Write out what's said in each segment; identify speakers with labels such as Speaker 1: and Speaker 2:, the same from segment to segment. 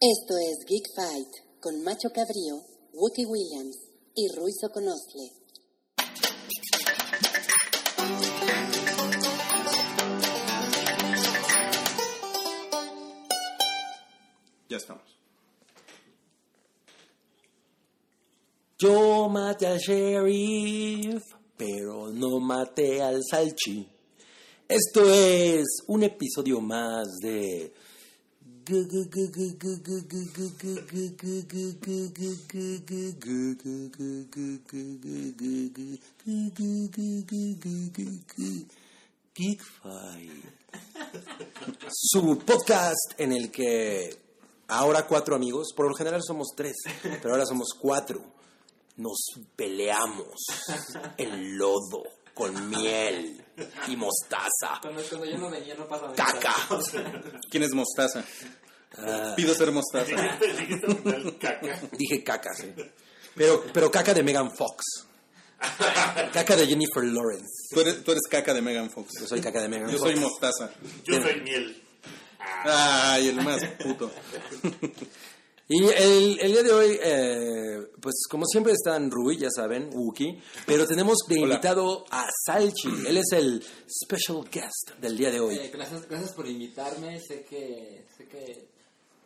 Speaker 1: Esto es Geek Fight con Macho Cabrío, Wookie Williams y Ruiz Oconosle.
Speaker 2: Ya estamos.
Speaker 3: Yo maté al sheriff, pero no maté al salchi. Esto es un episodio más de... Geek Fight. Su podcast en el que ahora cuatro amigos, por lo general somos tres, pero ahora somos cuatro, nos peleamos en lodo, con miel y mostaza,
Speaker 4: Cuando, cuando yo no venía no pasaba nada.
Speaker 3: caca.
Speaker 2: ¿Quién es Mostaza? Pido ser Mostaza.
Speaker 3: Dije caca, sí. Pero, pero caca de Megan Fox. Caca de Jennifer Lawrence.
Speaker 2: Tú eres, tú eres caca de Megan Fox.
Speaker 3: Yo soy caca de Megan
Speaker 2: Yo
Speaker 3: Fox.
Speaker 2: soy Mostaza.
Speaker 5: Yo soy miel.
Speaker 2: Ay, el más puto.
Speaker 3: Y el, el día de hoy, eh, pues como siempre están Rui, ya saben, Wookie, pero tenemos de
Speaker 2: Hola.
Speaker 3: invitado a Salchi. Él es el special guest del día de
Speaker 4: Eh,
Speaker 3: hoy.
Speaker 4: gracias, gracias por invitarme. Sé que, sé que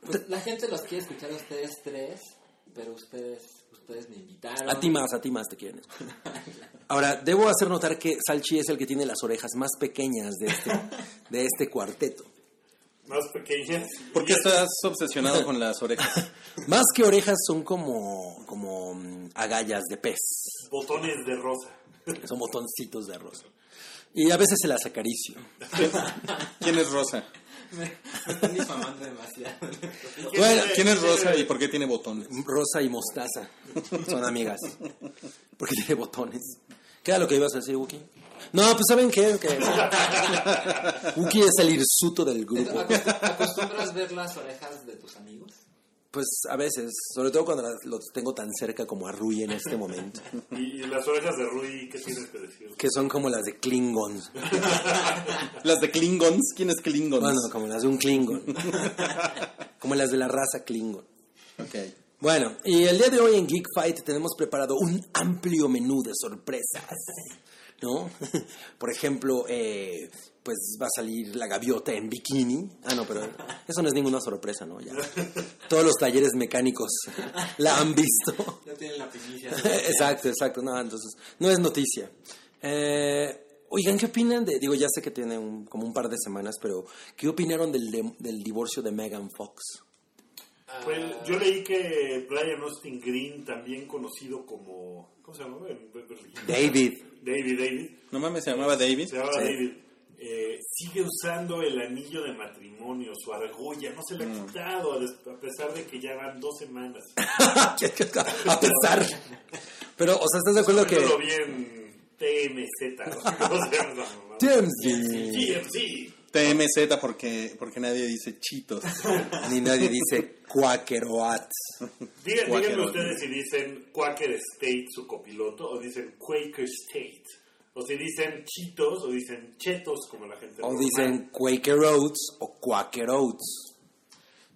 Speaker 4: pues, la gente los quiere escuchar a ustedes tres, pero ustedes, ustedes me invitaron.
Speaker 3: A ti más, a ti más te quieren. Ahora, debo hacer notar que Salchi es el que tiene las orejas más pequeñas de este, de este cuarteto.
Speaker 5: Más pequeñas.
Speaker 2: ¿Por qué estás obsesionado con las orejas?
Speaker 3: Más que orejas son como, como mm, agallas de pez.
Speaker 5: Botones de rosa.
Speaker 3: Son botoncitos de arroz. Y a veces se las acaricio.
Speaker 2: ¿Quién es Rosa?
Speaker 4: Me, me están difamando demasiado.
Speaker 3: Bueno,
Speaker 2: ¿Quién es Rosa y por qué tiene botones?
Speaker 3: Rosa y mostaza son amigas. Porque tiene botones. ¿Qué era lo que ibas a decir, Wookie? No, pues ¿saben qué? Que- Wookie es el hirsuto del grupo.
Speaker 4: Acost- ¿Acostumbras ver las orejas de tus amigos?
Speaker 3: Pues a veces, sobre todo cuando las- los tengo tan cerca como a Rui en este momento.
Speaker 5: Y, y las orejas de Rudy, ¿qué tienes que decir?
Speaker 3: Que son como las de Klingons.
Speaker 2: ¿Las de Klingons? ¿Quién es Klingons?
Speaker 3: Bueno, como las de un Klingon. Como las de la raza Klingon.
Speaker 2: Ok.
Speaker 3: Bueno, y el día de hoy en Geek Fight tenemos preparado un amplio menú de sorpresas, ¿no? Por ejemplo, eh, pues va a salir la gaviota en bikini. Ah, no, pero eso no es ninguna sorpresa, ¿no? Ya. Todos los talleres mecánicos la han visto.
Speaker 4: Ya tienen la primicia.
Speaker 3: exacto, exacto. No, entonces, no es noticia. Eh, oigan, ¿qué opinan de...? Digo, ya sé que tiene un- como un par de semanas, pero ¿qué opinaron del, de- del divorcio de Megan Fox?
Speaker 4: Ah,
Speaker 5: Pues yo leí que Brian Austin Green, también conocido como. ¿Cómo se llama? En Beverly Hills.
Speaker 3: David.
Speaker 5: David, David.
Speaker 2: No mames, se llamaba David.
Speaker 5: Se llama
Speaker 3: Sí.
Speaker 5: David. Eh, sigue usando el anillo de matrimonio, su argolla, no se le ha
Speaker 2: Mm.
Speaker 5: quitado, a des- a pesar de que ya van dos semanas.
Speaker 3: a pesar. Pero, o sea, ¿estás de acuerdo que...
Speaker 5: Yo lo vi en TMZ. o ¿Cómo se llama? esa mamada?
Speaker 3: TMZ.
Speaker 5: TMZ.
Speaker 2: TMZ porque, porque nadie dice chitos.
Speaker 3: Ni nadie dice Quakeroat.
Speaker 5: Diga-
Speaker 2: Quaker
Speaker 5: Díganme
Speaker 2: Oat
Speaker 5: ustedes si dicen Quaker State su copiloto o dicen Quaker State. O si dicen chitos o dicen chetos como la gente.
Speaker 3: O
Speaker 5: normal.
Speaker 3: dicen Quaker Oats o Quaker Oats.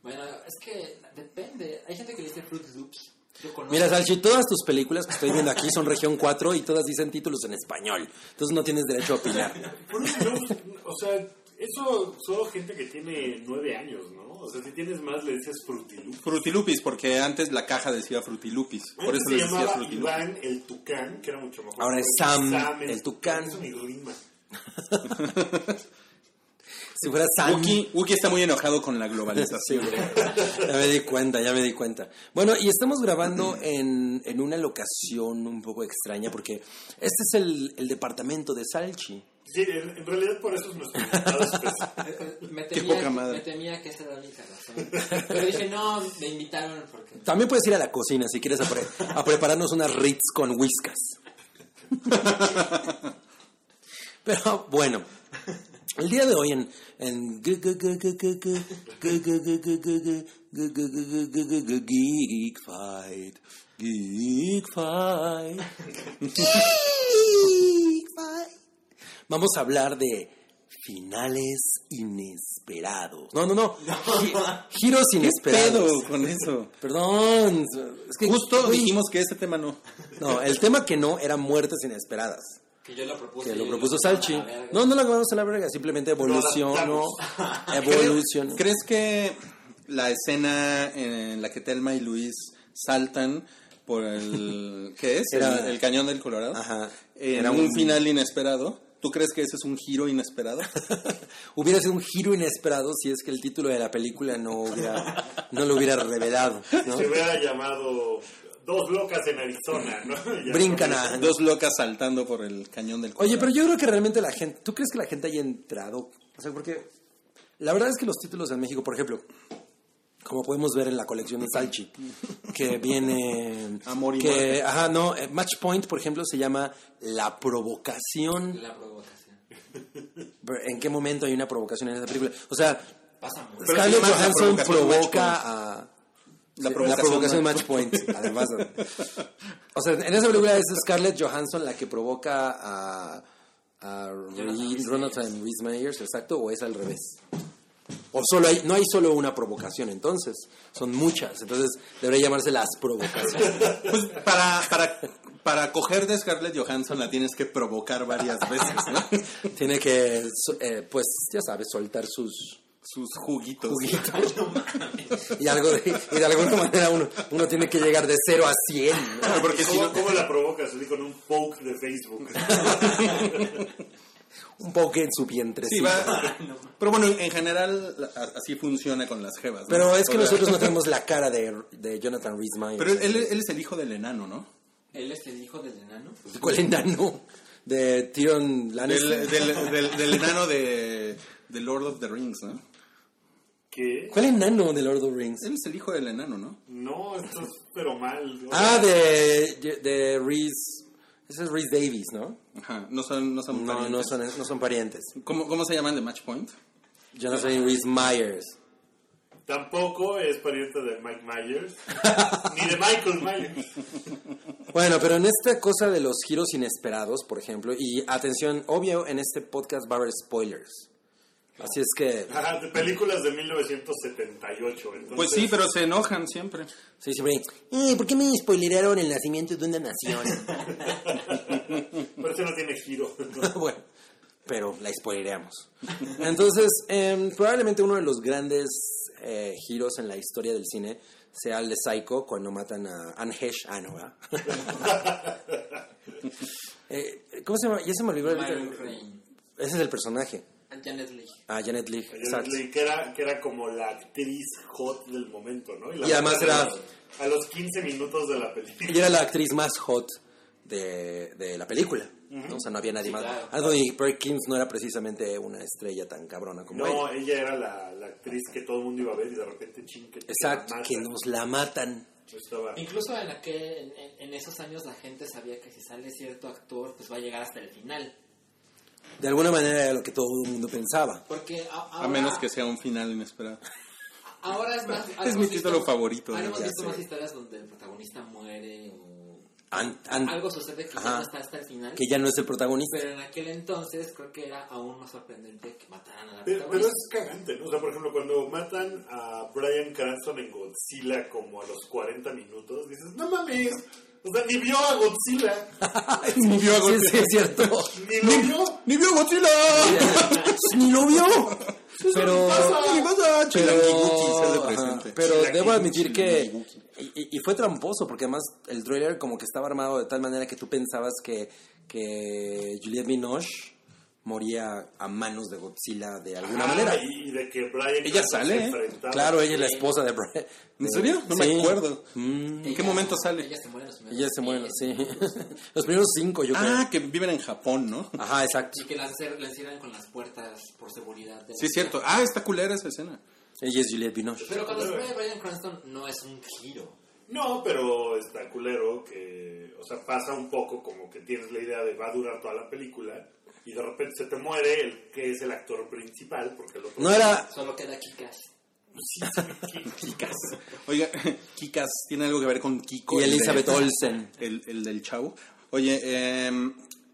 Speaker 4: Bueno, es que depende. Hay gente que dice Fruit Loops. Yo conozco.
Speaker 3: Mira, Salchi, todas tus películas que estoy viendo aquí son región 4 y todas dicen títulos en español. Entonces no tienes derecho a opinar.
Speaker 5: Bueno, no, o sea, eso solo gente que tiene nueve años, ¿no? O sea, si tienes más le dices frutilup.
Speaker 2: Frutilupis, porque antes la caja decía Frutilupis. Por
Speaker 5: Antes
Speaker 2: eso
Speaker 5: se
Speaker 2: le decía
Speaker 5: llamaba
Speaker 2: Frutilupis.
Speaker 5: Iván el Tucán, que era mucho mejor.
Speaker 3: Ahora es Sam, el Tucán.
Speaker 5: Eso ni rima.
Speaker 3: Si fuera Sam.
Speaker 2: Wookie, Wookie está muy enojado con la
Speaker 3: Sí,
Speaker 2: globalización.
Speaker 3: güey. ya me di cuenta, ya me di cuenta. Bueno, y estamos grabando en, en una locación un poco extraña porque este es el, el departamento de Salchi.
Speaker 5: Sí, en, en realidad por eso es nuestro invitado especial.
Speaker 4: Eh, eh, Me
Speaker 2: Qué
Speaker 4: temía,
Speaker 2: poca madre.
Speaker 4: me temía que esa era la única razón. Pero dije, no, me invitaron porque
Speaker 3: También puedes ir a la cocina si quieres a, pre- a prepararnos unas Ritz con whiskas. Pero bueno, el día de hoy en... en Geek Fight. Geek Fight. Geek Fight. Vamos a hablar de Finales inesperados. No, no, no. Gi- Giros inesperados.
Speaker 2: Pedo con eso.
Speaker 3: Perdón. Es que
Speaker 2: Justo
Speaker 3: güey,
Speaker 2: dijimos que este tema no.
Speaker 3: No, el tema que no era muertes inesperadas.
Speaker 4: Que yo lo propuse.
Speaker 3: Que
Speaker 4: y
Speaker 3: lo propuso
Speaker 4: mandaron
Speaker 3: Salchi.
Speaker 4: a la verga.
Speaker 3: No, no la acabamos a la verga. Simplemente evolucionó. Evolucionó.
Speaker 2: ¿Crees que la escena en la que Telma y Luis saltan por el... ¿Qué es?
Speaker 3: Era-
Speaker 2: el, el cañón del Colorado.
Speaker 3: Ajá.
Speaker 2: En
Speaker 3: Era
Speaker 2: un,
Speaker 3: un-
Speaker 2: final inesperado. ¿Tú crees que ese es un giro inesperado?
Speaker 3: Hubiera sido un giro inesperado si es que el título de la película no hubiera, no lo hubiera revelado. ¿no?
Speaker 5: Se hubiera llamado Dos locas en Arizona, ¿no? Ya.
Speaker 3: Brincan a.
Speaker 2: Dos locas saltando por el cañón del Colorado.
Speaker 3: Ah, Oye, pero yo creo que realmente la gente. ¿Tú crees que la gente haya entrado? O sea, porque la verdad es que los títulos en México, por ejemplo, como podemos ver en la colección de Salchi, que viene.
Speaker 2: Amor y
Speaker 3: que,
Speaker 2: muerte.
Speaker 3: Ajá, no. eh, Match Point, por ejemplo, se llama La Provocación.
Speaker 4: La provocación.
Speaker 3: Pero, ¿En qué momento hay una provocación en esa película? O sea,
Speaker 4: Pasa mucho.
Speaker 2: Pero
Speaker 3: Scarlett
Speaker 2: además la
Speaker 3: Johansson
Speaker 2: provocación
Speaker 3: provoca
Speaker 2: Match
Speaker 3: a.
Speaker 2: La
Speaker 3: Sí,
Speaker 2: provocación Match
Speaker 3: Match Point, además. o sea, en esa película es Scarlett Johansson la que provoca a, a Reed- Jonathan Rhys Meyers, exacto, o es al revés. O solo hay, no hay solo una provocación, entonces, son muchas, entonces debería llamarse las provocaciones.
Speaker 2: Pues para, para, para coger de Scarlett Johansson la tienes que provocar varias veces, ¿no?
Speaker 3: Tiene que, so- eh, pues, ya sabes, soltar sus
Speaker 2: Sus juguitos.
Speaker 3: juguitos. y, algo de, y de alguna manera uno, uno tiene que llegar de 0 a 100. ¿no?
Speaker 5: Porque ¿Cómo, ¿Cómo la provocas? Así con un poke de Facebook.
Speaker 3: Un poco en su vientre.
Speaker 2: Sí, va. Pero bueno, en general la- a- así funciona con las jevas. ¿no?
Speaker 3: Pero es que
Speaker 2: O sea,
Speaker 3: nosotros no tenemos la cara de, de Jonathan Rhys Meyers.
Speaker 2: Pero él, él es el hijo del enano, ¿no?
Speaker 4: Él es el hijo del enano.
Speaker 3: ¿Cuál enano? De Tyrion
Speaker 2: Del,
Speaker 3: Lannister.
Speaker 2: del, del, del enano de, de Lord of the Rings, ¿no?
Speaker 5: ¿Qué?
Speaker 3: ¿Cuál enano de Lord of the Rings?
Speaker 2: Él es el hijo del enano, ¿no?
Speaker 5: No, esto es pero mal. O sea,
Speaker 3: Ah, de, de Rhys... Ese es Rhys Davis, ¿no?
Speaker 2: Ajá, no son, no son
Speaker 3: No,
Speaker 2: parientes.
Speaker 3: no son, no son parientes.
Speaker 2: ¿Cómo, ¿Cómo se llaman de Match Point?
Speaker 3: Yo no soy Rhys Myers.
Speaker 5: Tampoco es pariente de Mike Myers. ni de Michael Myers.
Speaker 3: Bueno, pero en esta cosa de los giros inesperados, por ejemplo, y atención, obvio, en este podcast va a haber spoilers. Así es que...
Speaker 5: Ajá, de películas de 1978. Entonces,
Speaker 2: Pues sí, pero se enojan siempre.
Speaker 3: Sí, siempre... "Eh, ¿Por qué me spoilearon el nacimiento de una nación?
Speaker 5: Pero ese no tiene giro.
Speaker 3: bueno, pero la spoileamos. Entonces, em, probablemente uno de los grandes eh, giros en la historia del cine sea el de Psycho cuando matan a Ah, Anhesh Anova. Eh, ¿Cómo se llama? Ya se me olvidó. ahorita.
Speaker 4: Myron Crane.
Speaker 3: Ese es el personaje.
Speaker 4: Janet Leigh.
Speaker 3: Ah, Janet Leigh. exacto.
Speaker 5: que, era, que era como la actriz hot del momento, ¿no? la
Speaker 3: Y además
Speaker 5: mataron
Speaker 3: era-
Speaker 5: A los, a los 15 minutos de la película.
Speaker 3: Ella era la actriz más hot de, de la película. ¿no? O sea, no había nadie
Speaker 4: Sí,
Speaker 3: más.
Speaker 4: claro.
Speaker 3: Anthony Perkins no era precisamente una estrella tan cabrona como
Speaker 5: No,
Speaker 3: ella.
Speaker 5: ella era la, la actriz que todo el mundo iba a ver y de repente ching que te
Speaker 3: Exacto,
Speaker 5: la
Speaker 3: que
Speaker 5: matan.
Speaker 3: nos la matan.
Speaker 5: Yo estaba-
Speaker 4: Incluso en, aquel, en, en esos años la gente sabía que si sale cierto actor, pues va a llegar hasta el final.
Speaker 3: De alguna manera era lo que todo el mundo pensaba.
Speaker 4: Porque a-
Speaker 3: Ah.
Speaker 4: ahora,
Speaker 2: A menos que sea un final inesperado.
Speaker 4: ahora es más...
Speaker 2: Es mi título favorito,
Speaker 4: Hemos
Speaker 2: ya
Speaker 4: visto
Speaker 2: sé.
Speaker 4: más historias donde el protagonista muere o
Speaker 3: An-
Speaker 2: Mm.
Speaker 3: an-
Speaker 4: algo sucede que
Speaker 3: Ajá.
Speaker 4: ya no está hasta el final.
Speaker 3: que ya no es el protagonista.
Speaker 4: Pero en aquel entonces creo que era aún más sorprendente que mataran a la
Speaker 5: Pero, pero
Speaker 4: protagonista.
Speaker 5: es cagante, ¿no? O sea, por ejemplo, cuando matan a Brian Cranston en Godzilla como a los 40 minutos, dices, no mames, o sea, ni vio a Godzilla,
Speaker 3: ni vio a Godzilla. Sí, es cierto.
Speaker 5: ni lo vio.
Speaker 2: ¡Ni vio Godzilla!
Speaker 3: ni lo vio. Pero,
Speaker 2: ¿Qué le pasa? Chilanguiki, se hace
Speaker 3: pero, ajá,
Speaker 2: presente.
Speaker 3: pero debo admitir que
Speaker 2: Chilanguiki.
Speaker 3: y, y fue tramposo porque además el trailer como que estaba armado de tal manera que tú pensabas que que Juliette Binoche moría a manos de Godzilla de alguna
Speaker 5: Ah,
Speaker 3: manera.
Speaker 5: Y de que Brian
Speaker 2: Ella sale, ¿eh?
Speaker 5: enfrentaba.
Speaker 3: Claro, ella es la esposa de Brian.
Speaker 2: ¿En serio? No me
Speaker 3: Sí.
Speaker 2: acuerdo.
Speaker 3: Mm,
Speaker 2: ¿En qué momento sale?
Speaker 4: Ella se muere en los primeros
Speaker 3: ella se muere,
Speaker 4: diez.
Speaker 3: sí. Los primeros cinco, yo creo.
Speaker 2: Ah, que viven en Japón, ¿no?
Speaker 3: Ajá, exacto.
Speaker 4: Y que la, cer- la cierran con las puertas por seguridad. de la
Speaker 2: Sí, es cierto. Ah, está culera esa escena.
Speaker 3: Ella es Juliette Binoche.
Speaker 4: Pero cuando se muere Brian Cranston no es un giro.
Speaker 5: No, pero está culero que, o sea, pasa un poco como que tienes la idea de va a durar toda la película y de repente se te muere el que es el actor principal porque el otro
Speaker 3: No era.
Speaker 4: Solo queda Kikas.
Speaker 2: Kikas. Oiga, Kikas tiene algo que ver con Kiko.
Speaker 3: Y
Speaker 2: el de-
Speaker 3: Elizabeth Olsen.
Speaker 2: El, el del chavo. Oye, em,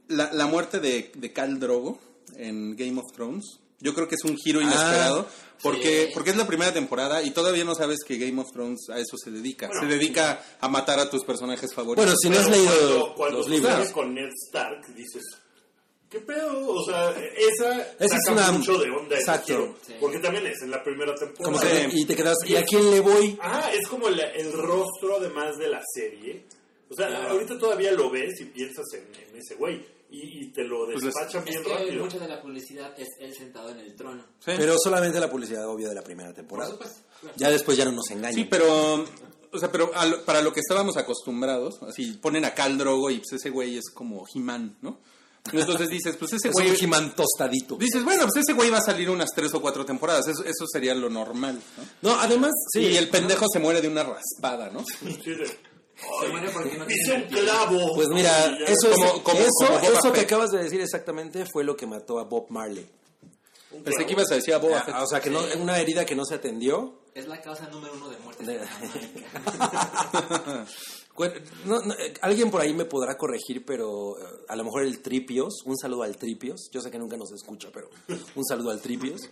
Speaker 2: la, la muerte de, de Cal Drogo en Game of Thrones. Yo creo que es un
Speaker 3: Ah,
Speaker 2: giro inesperado porque,
Speaker 4: sí.
Speaker 2: porque es la primera temporada y todavía no sabes que Game of Thrones a eso se dedica. se dedica a matar a tus personajes favoritos.
Speaker 3: Bueno, si no has
Speaker 5: Pero
Speaker 3: leído
Speaker 5: cuando, cuando
Speaker 3: los
Speaker 5: tú
Speaker 3: libros.
Speaker 5: sales con Ned Stark, dices, ¿qué pedo? O sea, esa,
Speaker 3: Esa es
Speaker 5: saca
Speaker 3: una-
Speaker 5: mucho de onda. ese
Speaker 3: Exacto.
Speaker 5: giro,
Speaker 4: Sí.
Speaker 5: Porque también es en la primera temporada.
Speaker 3: Como
Speaker 2: Sí.
Speaker 3: que- y te quedas, ¿y a quién le voy?
Speaker 5: Ah, es como la- el rostro además de la serie. O sea,
Speaker 3: Ah.
Speaker 5: ahorita todavía lo ves y piensas en, en ese güey. Y, y te lo
Speaker 2: Pues
Speaker 5: despachan
Speaker 4: Es
Speaker 5: bien
Speaker 4: que
Speaker 5: rápido.
Speaker 4: mucha de la publicidad es él sentado en el trono.
Speaker 2: Sí.
Speaker 3: Pero solamente la publicidad obvia de la primera
Speaker 4: Por
Speaker 3: temporada.
Speaker 4: supuesto. claro.
Speaker 3: Ya después ya no nos engañan.
Speaker 2: Sí, pero. O sea, pero al- para lo que estábamos acostumbrados, así ponen acá al drogo y pues ese güey es como He-Man, ¿no? Entonces dices, pues ese
Speaker 3: es
Speaker 2: güey.
Speaker 3: un He-Man tostadito.
Speaker 2: Dices, bueno, pues ese güey va a salir unas tres o cuatro temporadas. Eso, eso sería lo normal, ¿no?
Speaker 3: No, además, sí.
Speaker 2: Y el pendejo se muere de una raspada, ¿no?
Speaker 5: Sí, de,
Speaker 4: Se muere porque no
Speaker 5: Hice
Speaker 4: tiene
Speaker 5: un clavo.
Speaker 3: Pues mira,
Speaker 5: Y ya-
Speaker 3: eso, es-
Speaker 2: Como- como-
Speaker 3: eso,
Speaker 2: como Boba
Speaker 3: eso que
Speaker 2: Fett.
Speaker 3: acabas de decir exactamente fue lo que mató a Bob Marley.
Speaker 5: un
Speaker 2: Pensé
Speaker 5: clavo.
Speaker 2: que ibas a decir a Boba Fett.
Speaker 3: Ah, o sea, que no, una herida que no se atendió.
Speaker 4: Es la causa número uno de muerte.
Speaker 3: De-
Speaker 4: Jamaica.
Speaker 3: Cu- no, no, eh, alguien por ahí me podrá corregir, pero eh, a lo mejor el Tripios, un saludo al Tripios, yo sé que nunca nos escucha, pero un saludo al Tripios.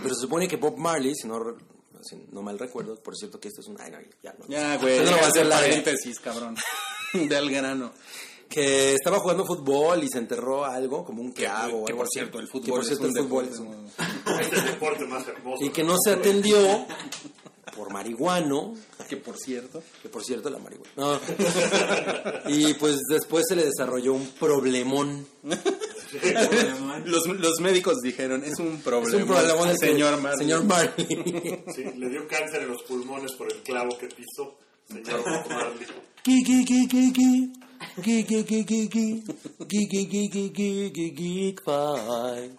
Speaker 3: Pero se supone que Bob Marley, si no, re- si no mal recuerdo, por cierto que esto es un... ay, no, ya no.
Speaker 2: Ya, güey.
Speaker 3: Yo no lo voy a hacer
Speaker 2: haz
Speaker 3: largo.
Speaker 2: paréntesis, cabrón. Del grano.
Speaker 3: que estaba jugando fútbol y se enterró algo, como un clavo. o
Speaker 2: que
Speaker 3: algo
Speaker 2: por
Speaker 3: así.
Speaker 2: cierto, el fútbol.
Speaker 3: Que por
Speaker 2: es
Speaker 3: cierto,
Speaker 2: un
Speaker 3: el fútbol
Speaker 2: deporte
Speaker 3: es un-
Speaker 2: muy-
Speaker 5: Es el deporte más hermoso.
Speaker 3: Y que no se atendió por marihuano,
Speaker 2: Que por cierto.
Speaker 3: que por cierto la marihuana. no. Y pues después se le desarrolló un problemón.
Speaker 2: Los, los médicos dijeron, es un
Speaker 3: Es
Speaker 2: problema. este
Speaker 3: un problemón del
Speaker 2: señor Marley.
Speaker 3: Señor Marley.
Speaker 5: Sí, le dio cáncer en los pulmones por el clavo que pisó. Señor Bob Marley.
Speaker 3: Ki, ki, ki, ki, ki. Ki, ki, ki, ki, ki. Ki, ki, ki, ki, ki, ki, ki, ki.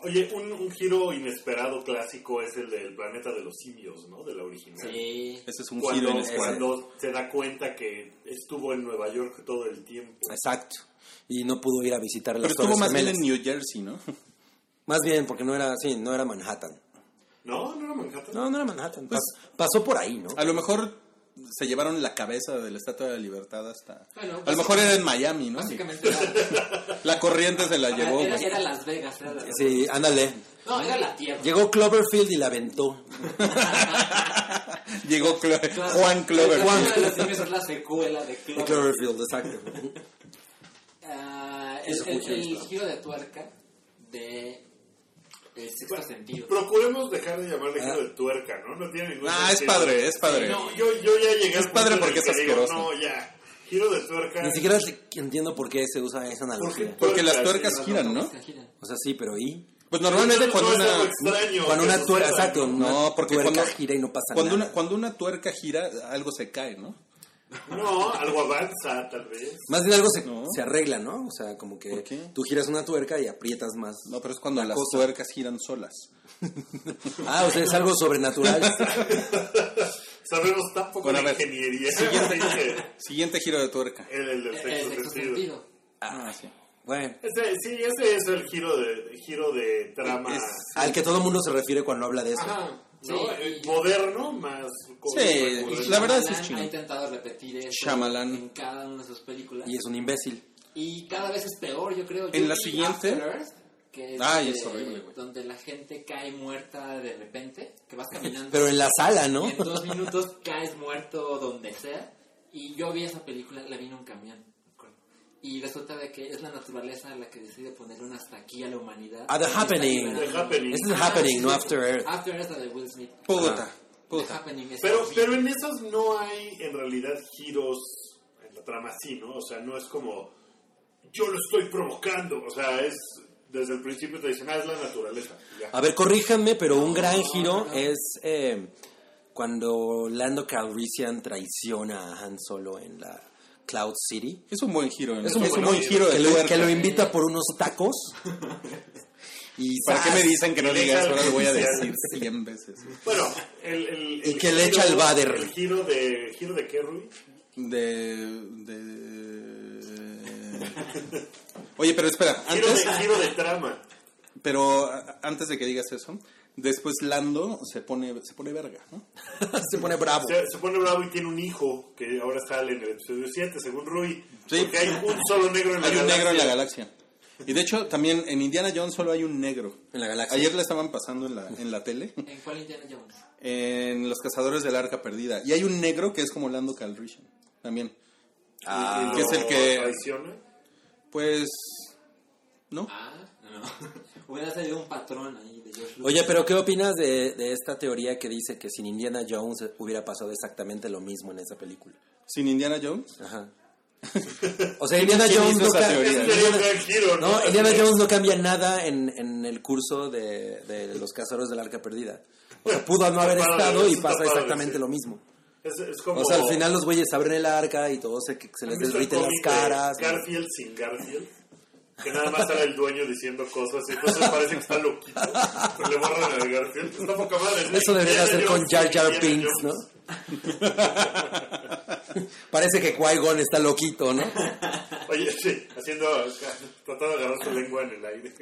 Speaker 5: Oye, un, un giro inesperado clásico es el del planeta de los simios, ¿no? De la original.
Speaker 4: Sí.
Speaker 2: Ese es un giro
Speaker 5: cuando,
Speaker 2: en escuadra.
Speaker 5: cuando se da cuenta que estuvo en Nueva York todo el tiempo.
Speaker 3: Exacto. Y no pudo ir a visitar
Speaker 2: Pero
Speaker 3: las
Speaker 2: estuvo
Speaker 3: Torres
Speaker 2: más bien
Speaker 3: Gemelas.
Speaker 2: en New Jersey, ¿no?
Speaker 3: Más bien, porque no era, sí, no era Manhattan.
Speaker 5: No, no era Manhattan.
Speaker 3: No, no era Manhattan. Pues- Pas- pasó por ahí, ¿no?
Speaker 2: A lo mejor se llevaron la cabeza de la Estatua de la Libertad hasta...
Speaker 4: Bueno,
Speaker 2: a lo mejor era en Miami, ¿no?
Speaker 4: Básicamente era,
Speaker 2: La corriente se la llevó. pues.
Speaker 4: era,
Speaker 2: güey.
Speaker 4: era Las Vegas. Era la-
Speaker 3: Sí, ándale.
Speaker 4: No, era la tierra.
Speaker 3: Llegó Cloverfield y la aventó.
Speaker 2: Llegó Clo-
Speaker 4: Claro.
Speaker 2: Juan Clover.
Speaker 4: El planeta de los simios es la secuela de
Speaker 3: De
Speaker 4: Clover.
Speaker 3: Cloverfield, exacto.
Speaker 4: Ah, el, el- el giro de tuerca de el sexto sentido.
Speaker 5: Procuremos dejar de llamarle giro de tuerca, ¿no? No tiene ningún
Speaker 2: Ah, es
Speaker 5: sentido.
Speaker 2: padre, es padre.
Speaker 5: No, yo, yo ya llegué
Speaker 2: Es
Speaker 5: al punto
Speaker 2: padre
Speaker 5: en el
Speaker 2: porque es
Speaker 5: que digo,
Speaker 2: asqueroso.
Speaker 5: No, ya. Giro de tuerca.
Speaker 3: Ni siquiera te- entiendo por qué se usa esa analogía.
Speaker 5: Porque-
Speaker 2: Porque las tuercas
Speaker 5: Tuercas,
Speaker 2: giran, ¿no?
Speaker 4: Se giran.
Speaker 3: O sea, sí, pero ¿y?
Speaker 2: Pues normalmente
Speaker 5: No,
Speaker 2: cuando
Speaker 5: no es algo
Speaker 2: una...
Speaker 5: extraño
Speaker 3: Cuando
Speaker 5: que
Speaker 3: una tuerca,
Speaker 5: suceda,
Speaker 3: exacto,
Speaker 5: ¿no?
Speaker 3: una
Speaker 2: No, porque
Speaker 3: tuerca
Speaker 2: cuando-
Speaker 3: gira y no pasa
Speaker 2: Cuando
Speaker 3: nada.
Speaker 2: una, cuando una tuerca gira, algo se cae, ¿no?
Speaker 5: No, algo avanza, tal vez.
Speaker 3: Más bien algo se,
Speaker 2: No.
Speaker 3: se arregla, ¿no? O sea, como que
Speaker 2: ¿Por qué?
Speaker 3: tú giras una tuerca y aprietas más.
Speaker 2: No, pero es cuando las
Speaker 3: cosa.
Speaker 2: tuercas giran solas.
Speaker 3: Ah, o sea, es algo sobrenatural.
Speaker 5: Sabemos tan poco
Speaker 2: Bueno, a
Speaker 5: de
Speaker 2: ver.
Speaker 5: ingeniería.
Speaker 2: Siguiente giro de tuerca.
Speaker 5: El, el del
Speaker 4: El
Speaker 5: sexto
Speaker 4: sexto
Speaker 5: sentido.
Speaker 4: sentido.
Speaker 2: Ah, sí.
Speaker 3: bueno,
Speaker 5: Ese- sí, ese es el giro de, giro de trama.
Speaker 3: al que todo mundo se refiere cuando habla de eso.
Speaker 5: Ajá, ¿no?
Speaker 4: Sí.
Speaker 5: Eh, moderno más. con-
Speaker 2: Sí,
Speaker 5: recurrente.
Speaker 2: la verdad es que es
Speaker 4: Shyamalan
Speaker 2: chingón.
Speaker 4: ha intentado repetir eso
Speaker 2: Shyamalan.
Speaker 4: en cada una de sus películas.
Speaker 3: Y es un imbécil.
Speaker 4: Y cada vez es peor, yo creo. Yo
Speaker 2: En la
Speaker 4: vi
Speaker 2: siguiente-
Speaker 4: After Earth, que es
Speaker 2: Ay,
Speaker 4: donde,
Speaker 2: es horrible, güey.
Speaker 4: donde la gente cae muerta de repente, que vas caminando.
Speaker 3: Pero en la sala, ¿no?
Speaker 4: y en dos minutos caes muerto donde sea. Y yo vi esa película, la vi en un camión. me acuerdo. Y resulta de que es la naturaleza la que decide poner un hasta aquí a la humanidad.
Speaker 3: Ah, The
Speaker 4: Y está
Speaker 3: Happening.
Speaker 4: liberando.
Speaker 5: The Happening.
Speaker 3: Este es Happening, no
Speaker 4: sí,
Speaker 3: After Earth.
Speaker 4: After Earth, la de Will Smith.
Speaker 2: Puta.
Speaker 3: Ah.
Speaker 4: The
Speaker 2: Puta.
Speaker 4: Happening es
Speaker 5: Pero,
Speaker 4: horrible.
Speaker 5: pero en esas no hay en realidad giros en la trama así, ¿no? O sea, no es como yo lo estoy provocando. O sea, es desde el principio te dicen, ah, es la naturaleza. Ya.
Speaker 3: A ver, corríjanme, pero un gran giro es eh, cuando Lando Calrissian traiciona a Han Solo en la Cloud City.
Speaker 2: Es un buen giro. ¿no?
Speaker 3: Es un,
Speaker 5: buen
Speaker 3: buen
Speaker 5: giro.
Speaker 3: giro de que lo,
Speaker 2: tuerca.
Speaker 3: que lo invita por unos tacos. y
Speaker 2: ¿Para qué
Speaker 3: ¡zas!
Speaker 2: me dicen que no
Speaker 5: Le
Speaker 2: digas?
Speaker 5: sale.
Speaker 2: Ahora lo voy a decir 100 veces.
Speaker 5: Bueno, el, el,
Speaker 3: Y
Speaker 5: el
Speaker 3: que le echa el bader.
Speaker 5: El giro de, giro de Kerry.
Speaker 2: De... de... Oye, pero espera.
Speaker 5: Giro
Speaker 2: Antes,
Speaker 5: de, giro de trama.
Speaker 2: pero a- antes de que digas eso, después Lando se pone, se pone verga, ¿no?
Speaker 3: Se pone bravo.
Speaker 5: Se, se pone bravo y tiene un hijo que ahora sale en el episodio 7, según Rui.
Speaker 2: Sí.
Speaker 5: Porque hay un solo negro en la
Speaker 2: Hay un
Speaker 5: galaxia.
Speaker 2: negro en la galaxia. Y de hecho, también en Indiana Jones solo hay un negro.
Speaker 3: En la galaxia.
Speaker 2: Ayer la estaban pasando en la, en la tele,
Speaker 4: ¿En cuál Indiana Jones?
Speaker 2: en Los Cazadores del Arca Perdida. Y hay un negro que es como Lando Calrissian, también.
Speaker 5: Ah,
Speaker 2: que es el que-
Speaker 5: traiciona.
Speaker 2: Pues, ¿no?
Speaker 4: Ah, no. Hubiera salido un patrón ahí de George Lucas.
Speaker 3: Oye, pero ¿qué opinas de, de esta teoría que dice que sin Indiana Jones hubiera pasado exactamente lo mismo en esa película?
Speaker 2: Sin Indiana Jones.
Speaker 3: Ajá. O sea, Indiana
Speaker 2: ¿Quién
Speaker 3: Jones
Speaker 2: hizo
Speaker 3: no,
Speaker 2: esa
Speaker 3: ca-
Speaker 2: teoría?
Speaker 5: Es
Speaker 2: Indiana-
Speaker 5: que le dio un gran giro, ¿no?
Speaker 3: no, Indiana Jones no cambia nada en, en el curso de, de los cazadores del arca perdida. O sea, pudo no haber
Speaker 5: Está padre,
Speaker 3: estado y
Speaker 5: eso está
Speaker 3: pasa
Speaker 5: padre,
Speaker 3: exactamente
Speaker 5: sí.
Speaker 3: lo mismo.
Speaker 5: Es, es como...
Speaker 3: O sea, al final los güeyes abren el arca y todos se, que se les
Speaker 5: ¿Han visto el
Speaker 3: derriten las
Speaker 5: cómic de
Speaker 3: caras.
Speaker 5: Garfield sin Garfield. Que nada más era el dueño diciendo cosas y entonces parece que está loquito. Pero le borran a Garfield. Está poca madre.
Speaker 3: Eso debería
Speaker 5: Indiana
Speaker 3: hacer con
Speaker 5: Jones,
Speaker 3: Jar Jar
Speaker 5: Indiana
Speaker 3: Binks, ¿no?
Speaker 5: Jones.
Speaker 3: Parece que Qui-Gon está loquito, ¿no?
Speaker 5: Oye, sí, haciendo... Tratando de agarrar su lengua en el aire.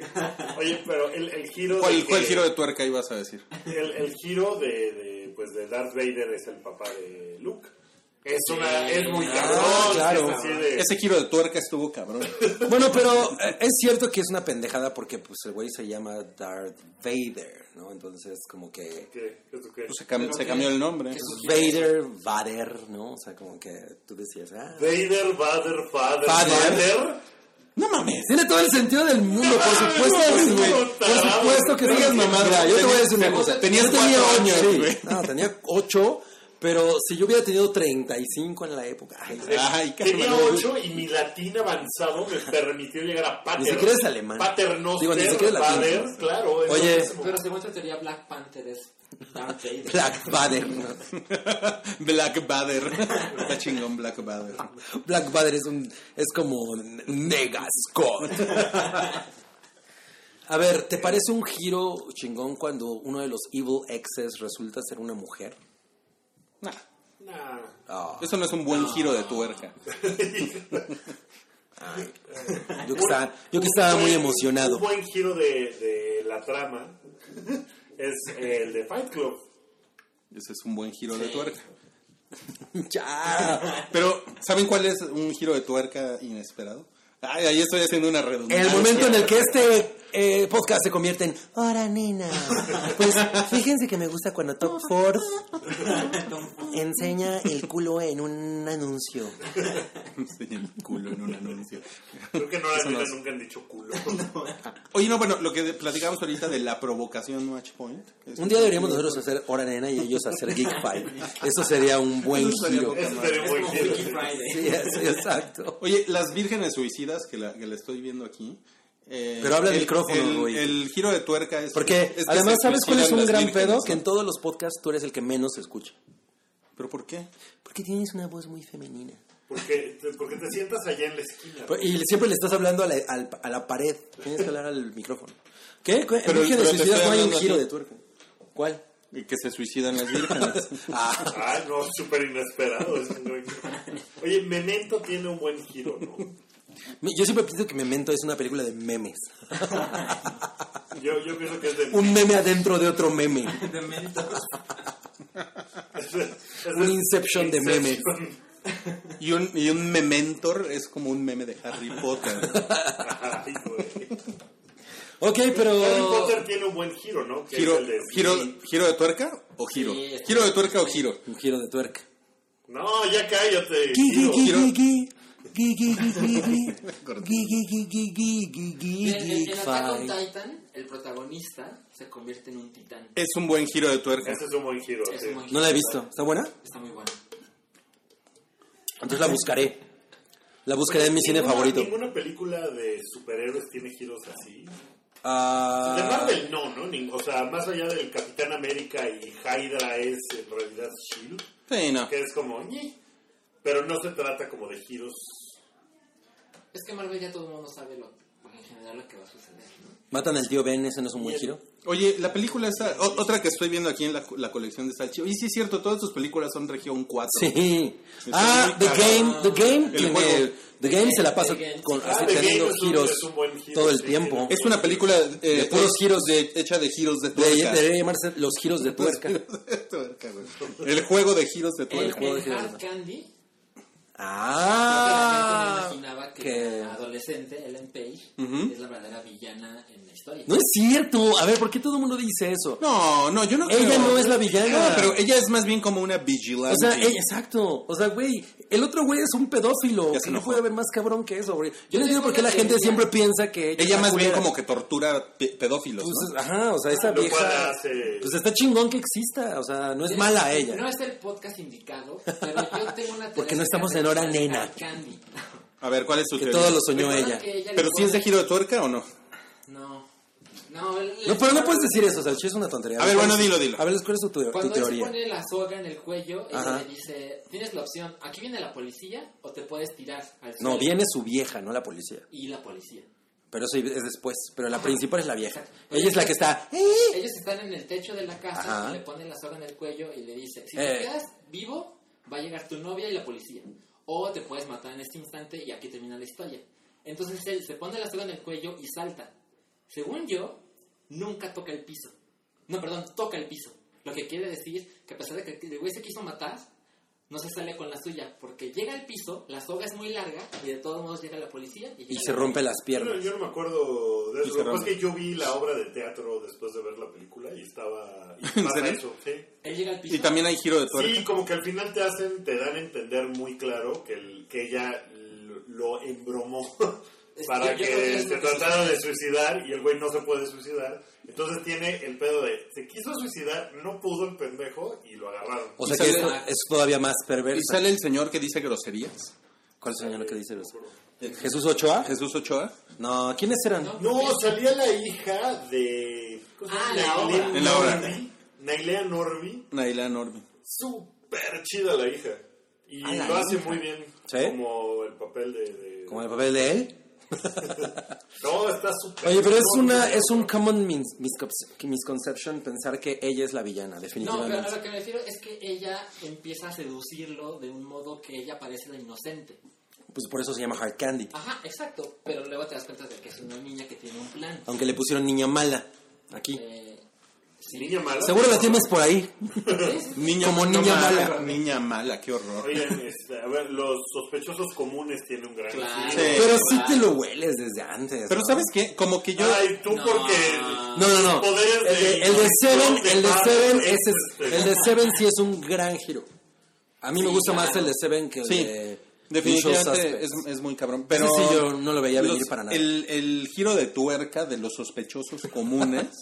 Speaker 5: Oye, pero el, el giro... de
Speaker 2: ¿Cuál,
Speaker 5: que-
Speaker 2: cuál giro de tuerca ibas a decir?
Speaker 5: El, el giro de, de, pues de Darth Vader es el papá de Luke. Es, una, es muy
Speaker 4: Ah,
Speaker 5: cabrón.
Speaker 3: claro.
Speaker 5: Es así de,
Speaker 2: Ese giro de tuerca estuvo cabrón.
Speaker 3: Bueno, pero eh, es cierto que es una pendejada porque pues el güey se llama Darth Vader, ¿no? Entonces como que pues,
Speaker 5: ¿qué? ¿Esto qué?
Speaker 2: Se, cam-
Speaker 4: Pero
Speaker 2: se
Speaker 4: qué-
Speaker 2: cambió el nombre.
Speaker 4: qué sugiere.
Speaker 3: Vader, Vader, ¿no? O sea, como que tú decías, ah.
Speaker 5: Vader, Vader, Father,
Speaker 3: Father.
Speaker 5: Father.
Speaker 2: No mames.
Speaker 3: Tiene todo el sentido del mundo, por supuesto,
Speaker 5: no,
Speaker 3: sí,
Speaker 5: no,
Speaker 3: güey.
Speaker 5: no,
Speaker 3: Por
Speaker 5: tarado,
Speaker 3: supuesto que
Speaker 5: güey.
Speaker 3: digas mamada. Yo te voy a decir una
Speaker 2: Tenías-
Speaker 3: cosa.
Speaker 2: tenías
Speaker 3: Yo tenía
Speaker 2: cuatro
Speaker 3: ocho,
Speaker 2: años,
Speaker 3: sí.
Speaker 2: güey.
Speaker 3: No, tenía 8, pero si yo hubiera tenido 35 en la época. ay,
Speaker 2: Ay,
Speaker 5: Tenía
Speaker 2: cálmate.
Speaker 5: ocho y mi latín avanzado me permitió llegar a Pater.
Speaker 3: Ni siquiera es alemán.
Speaker 5: Paternoster,
Speaker 3: Digo, ni siquiera es latín.
Speaker 5: Vader, claro. es
Speaker 3: Oye.
Speaker 5: lo mismo.
Speaker 4: Pero según esta teoría, Black Panther es Darth Vader.
Speaker 3: Black Vader. ¿no?
Speaker 2: Black Bader. Está chingón Black Bader.
Speaker 3: Black Vader es un es como n- nega Scott. A ver, ¿te parece un giro chingón cuando uno de los evil exes resulta ser una mujer?
Speaker 2: Nah,
Speaker 5: Nah.
Speaker 3: Ah,
Speaker 2: eso no es un buen giro de tuerca.
Speaker 3: ay. Yo que estaba, yo que estaba muy
Speaker 5: Buen-
Speaker 3: emocionado.
Speaker 5: Un buen giro de, de la trama es el de Fight Club.
Speaker 2: Ese es un buen giro de tuerca.
Speaker 3: Ya.
Speaker 2: Pero, ¿saben cuál es un giro de tuerca inesperado? Ay, ahí estoy haciendo una redundancia.
Speaker 3: El momento en el que este eh, podcast se convierte en Ahora nena. Pues fíjense que me gusta cuando Top Ford enseña el culo en un anuncio.
Speaker 2: Sí, el culo en un anuncio.
Speaker 5: Creo que no las
Speaker 2: Eso no
Speaker 5: niñas
Speaker 2: es.
Speaker 5: nunca han dicho culo.
Speaker 2: Oye, no, bueno, lo que platicamos ahorita de la provocación Match Point. es-
Speaker 3: Un día deberíamos nosotros hacer Hora Nena y ellos hacer Geek Fight. Eso sería un buen
Speaker 2: Eso sería
Speaker 3: giro.
Speaker 2: poca
Speaker 5: Eso
Speaker 2: madre.
Speaker 5: sería
Speaker 4: Es
Speaker 5: muy
Speaker 4: como
Speaker 5: giro.
Speaker 4: Freaky Friday.
Speaker 3: Sí, sí, exacto.
Speaker 2: Oye, las vírgenes suicidas que la, que la estoy viendo aquí. eh,
Speaker 3: Pero habla al
Speaker 2: el-
Speaker 3: micrófono,
Speaker 2: el-
Speaker 3: güey.
Speaker 2: El giro de tuerca es.
Speaker 3: Porque
Speaker 2: es que
Speaker 3: además,
Speaker 2: se
Speaker 3: ¿sabes cuál es
Speaker 2: suicidan
Speaker 3: un
Speaker 2: las
Speaker 3: gran
Speaker 2: vírgenes,
Speaker 3: pedo?
Speaker 2: ¿no?
Speaker 3: Que en todos los podcasts tú eres el que menos se escucha.
Speaker 2: ¿Pero por qué?
Speaker 3: Porque tienes una voz muy femenina.
Speaker 5: Porque, porque te sientas allá en la esquina.
Speaker 3: Pero- Y siempre le estás hablando a la, al- a la pared. Tienes que hablar al micrófono. ¿Qué? ¿Qué?
Speaker 2: Pero-
Speaker 3: en Virgen
Speaker 2: pero
Speaker 3: de
Speaker 2: te estoy
Speaker 3: Suicidas no hay un
Speaker 2: hablando a
Speaker 3: giro
Speaker 2: ti.
Speaker 3: de tuerca. ¿Cuál?
Speaker 2: Y Que se suicidan las vírgenes.
Speaker 3: Ah,
Speaker 5: Ah, no, súper inesperado. es un buen giro. Oye, Memento tiene un buen giro, ¿no?
Speaker 3: mi- yo siempre pienso que Memento es una película de memes.
Speaker 5: Yo, yo pienso que es de...
Speaker 3: Un meme adentro de otro meme.
Speaker 4: De Mentos.
Speaker 5: es de- es de-
Speaker 3: Un Inception de memes.
Speaker 2: y, un, y un mementor es como un meme de Harry Potter.
Speaker 5: Ay, güey.
Speaker 3: Ok, pero...
Speaker 5: Harry Potter tiene un buen giro, ¿no? Que
Speaker 2: giro,
Speaker 5: es el de-
Speaker 2: giro, ¿Giro de tuerca o giro?
Speaker 4: Sí, es-
Speaker 2: ¿Giro de tuerca o giro?
Speaker 3: Un giro de tuerca.
Speaker 5: No, ya cállate.
Speaker 3: Gui,
Speaker 5: giro.
Speaker 3: gui,
Speaker 2: giro.
Speaker 3: gui, gui. Gui, gui, gui, gui, gui.
Speaker 2: Corta.
Speaker 3: Gui, gui, gui, gui, gui, gui, gui,
Speaker 4: En, en-
Speaker 3: gui,
Speaker 4: en Attack on
Speaker 3: fight.
Speaker 4: Titan, el protagonista se convierte en un titán.
Speaker 2: Es un buen giro de tuerca.
Speaker 5: Ese es un buen giro.
Speaker 4: Es
Speaker 5: sí.
Speaker 4: un buen
Speaker 3: No la he
Speaker 4: giro.
Speaker 3: visto. ¿Está buena?
Speaker 4: Está muy bueno.
Speaker 3: Entonces la buscaré. La buscaré en mi cine
Speaker 5: Ninguna-
Speaker 3: favorito.
Speaker 5: Ninguna película de superhéroes tiene giros así. De
Speaker 3: Ah,
Speaker 5: Marvel no, ¿no? Ning- o sea, más allá del Capitán América y Hydra es en realidad Shield,
Speaker 2: Sí, no.
Speaker 5: que es como... ñe. Pero no se trata como de giros.
Speaker 4: Es que Marvel ya todo el mundo sabe lo, en general lo que va a suceder, ¿no?
Speaker 3: Matan al tío Ben, ese no es un buen giro.
Speaker 2: Oye, la película esa, o- otra que estoy viendo aquí en la, la colección de Salchi. Oye, sí es cierto, todas tus películas son región 4.
Speaker 3: Sí.
Speaker 2: Está
Speaker 3: Ah,
Speaker 2: muy
Speaker 3: The
Speaker 2: cagado.
Speaker 3: Game, The Game
Speaker 2: El
Speaker 3: tiene,
Speaker 2: juego.
Speaker 3: The Game se la pasa
Speaker 4: The Game.
Speaker 3: con,
Speaker 5: Ah,
Speaker 3: así
Speaker 5: The Game
Speaker 3: teniendo
Speaker 5: es un-
Speaker 3: giros
Speaker 5: es un buen giro,
Speaker 3: todo el
Speaker 5: sí,
Speaker 3: tiempo.
Speaker 5: tiene
Speaker 2: Es una película eh,
Speaker 3: De puros
Speaker 2: he-
Speaker 3: giros de-
Speaker 2: hecha de giros de
Speaker 3: Debería
Speaker 2: tuerca.
Speaker 3: debería llamarse los giros de
Speaker 2: Los
Speaker 3: tuerca.
Speaker 2: giros de tuerca, güey. El juego de giros de
Speaker 4: El,
Speaker 2: tuerca.
Speaker 3: juego de
Speaker 4: el
Speaker 3: Hydra.
Speaker 4: Hard Candy
Speaker 3: Ah.
Speaker 4: Yo realmente no imaginaba que,
Speaker 3: que-
Speaker 4: la adolescente, Ellen Page,
Speaker 2: Ujú.
Speaker 4: es la verdadera villana en la historia.
Speaker 3: No es cierto. A ver, ¿por qué todo el mundo dice eso?
Speaker 2: No, no, yo no
Speaker 3: Ella
Speaker 2: creo.
Speaker 3: no es la villana.
Speaker 2: No, pero ella es más bien como una vigilante.
Speaker 3: O sea, ey, exacto. O sea, güey, el otro güey es un
Speaker 2: Ya
Speaker 3: pedófilo.
Speaker 2: se
Speaker 3: Que no
Speaker 2: enojó.
Speaker 3: puede haber más cabrón que eso, güey. Yo no
Speaker 4: Yo
Speaker 3: entiendo
Speaker 4: tengo
Speaker 3: por qué
Speaker 4: una
Speaker 3: la gente
Speaker 4: teoría.
Speaker 3: siempre piensa que ella,
Speaker 2: ella
Speaker 3: es
Speaker 2: más bien
Speaker 3: culera.
Speaker 2: como que tortura pe- pedófilos.
Speaker 3: Pues,
Speaker 2: ¿no?
Speaker 3: ajá, o sea, esa
Speaker 5: Lo cual
Speaker 3: vieja.
Speaker 5: hace-
Speaker 3: Pues está chingón que exista. O sea, no es mala ella.
Speaker 4: No es el podcast indicado, pero yo tengo una teoría.
Speaker 3: Porque no
Speaker 4: que
Speaker 3: estamos
Speaker 4: hace
Speaker 3: en hora
Speaker 4: referencia
Speaker 3: nena.
Speaker 4: a Candy.
Speaker 2: A ver, ¿cuál es su
Speaker 3: Que
Speaker 2: teoría?
Speaker 3: todo lo soñó
Speaker 4: Recuerdan
Speaker 3: ella.
Speaker 4: que ella le
Speaker 2: Pero si es de
Speaker 4: pone-
Speaker 2: giro de tuerca o no?
Speaker 4: No. No, él-
Speaker 3: No, pero no puedes decir eso, o sea, es una tontería.
Speaker 2: A ver,
Speaker 3: ¿Cuál
Speaker 2: bueno,
Speaker 3: es-
Speaker 2: dilo, dilo.
Speaker 3: A ver, ¿cuál es tu, tu
Speaker 4: Cuando él se
Speaker 3: teoría?
Speaker 4: pone la soga en el cuello, ella
Speaker 3: Ajá.
Speaker 4: le dice, tienes la opción, aquí viene la policía o te puedes tirar al
Speaker 3: No,
Speaker 4: suelo".
Speaker 3: viene su vieja, no la policía.
Speaker 4: Y la policía.
Speaker 3: Pero eso es después. Pero la principal es la vieja.
Speaker 4: Exacto.
Speaker 3: Ella es la que está. "Eh".
Speaker 4: Ellos están en el techo de la casa,
Speaker 3: Ajá.
Speaker 4: le ponen la soga en el cuello y le dice, si
Speaker 3: Eh.
Speaker 4: te quedas vivo, va a llegar tu novia y la policía. O te puedes matar en este instante y aquí termina la historia. Entonces él se pone la soga en el cuello y salta. Según yo, nunca toca el piso. No, perdón, toca el piso. Lo que quiere decir que a pesar de que el güey se quiso matar, no se sale con la suya. Porque llega al piso, la soga es muy larga y de todos modos llega la policía. Y,
Speaker 3: Y
Speaker 4: llega
Speaker 3: se
Speaker 4: la
Speaker 3: rompe las
Speaker 5: Yo no,
Speaker 3: piernas.
Speaker 5: yo no me acuerdo de
Speaker 2: Y
Speaker 5: eso.
Speaker 2: se
Speaker 5: Lo que pasa
Speaker 2: rompe.
Speaker 5: es que yo vi la obra de teatro después de ver la película y estaba. Y
Speaker 2: ¿En
Speaker 5: pasa
Speaker 2: serio?
Speaker 5: eso, sí.
Speaker 4: policía. Él llega al piso.
Speaker 2: Y también hay giro de tuerca.
Speaker 5: Sí, como que al final te hacen, te dan a entender muy claro que, el- que ella l- lo embromó
Speaker 4: Es
Speaker 5: para
Speaker 4: que yo- yo creo que
Speaker 5: que
Speaker 4: es
Speaker 5: se
Speaker 4: lo que
Speaker 5: tratara de suicidar y el güey no se puede suicidar. Entonces tiene el pedo de, se quiso suicidar, no pudo el pendejo y lo agarraron.
Speaker 3: O
Speaker 2: Y
Speaker 3: sea que
Speaker 2: sale-
Speaker 3: esto es todavía más
Speaker 2: Y
Speaker 3: perverso.
Speaker 2: sale el señor que dice groserías.
Speaker 3: ¿Cuál señor que dice eso?
Speaker 2: Eh,
Speaker 3: ¿Jesús Ochoa?
Speaker 2: Jesús Ochoa.
Speaker 3: No, ¿quiénes eran?
Speaker 4: No.
Speaker 5: No, salía la hija de... ¿cómo se llama?
Speaker 4: Ah, la
Speaker 5: Nailea
Speaker 4: obra.
Speaker 2: En la obra.
Speaker 5: Norby. Nailea Norby,
Speaker 2: Naila Norby.
Speaker 5: súper chida la hija. Y
Speaker 3: Ah, la
Speaker 5: lo hace
Speaker 3: hija.
Speaker 5: muy bien,
Speaker 3: ¿Sí?
Speaker 5: como el papel de... de-
Speaker 3: Como el papel de él.
Speaker 5: No, está súper...
Speaker 3: Oye, pero es
Speaker 5: no,
Speaker 3: una
Speaker 5: no,
Speaker 3: es
Speaker 5: no.
Speaker 3: un common mis- misconce- misconception pensar que ella es la villana,
Speaker 4: No, pero a
Speaker 3: definitivamente.
Speaker 4: lo que me refiero es que ella empieza a seducirlo de un modo que ella parece la inocente.
Speaker 3: Pues por eso se llama Hard Candy.
Speaker 4: Ajá, exacto. Pero luego te das cuenta de que es una niña que tiene un plan.
Speaker 3: Aunque le pusieron niña mala aquí.
Speaker 4: Eh, sí.
Speaker 5: Niña mala.
Speaker 3: Seguro la tienes por ahí.
Speaker 2: Niña,
Speaker 3: Como niña mala.
Speaker 2: Niña mala, qué horror.
Speaker 5: Oigan, este, a ver, los sospechosos comunes tienen un gran...
Speaker 4: Claro.
Speaker 5: giro.
Speaker 2: Sí.
Speaker 3: Pero sí te lo hueles desde antes.
Speaker 2: Pero
Speaker 3: ¿no?
Speaker 2: ¿sabes qué? Como que yo...
Speaker 5: Ay, tú
Speaker 4: No.
Speaker 5: porque...
Speaker 3: No, no, no.
Speaker 5: Poderes
Speaker 3: El de,
Speaker 5: de-
Speaker 3: el de Seven,
Speaker 5: de
Speaker 3: el de
Speaker 5: Batman,
Speaker 3: Seven,
Speaker 5: es
Speaker 3: ese es-
Speaker 5: este.
Speaker 3: el de Seven sí es un gran giro. A mí me
Speaker 4: Sí,
Speaker 3: gusta más
Speaker 4: claro.
Speaker 3: el de Seven que el
Speaker 2: Sí,
Speaker 3: de Usual
Speaker 2: Definitivamente es,
Speaker 3: Suspects.
Speaker 2: es muy cabrón. Pero
Speaker 3: sí, yo no lo veía venir para nada.
Speaker 2: El, el giro de tuerca de los sospechosos comunes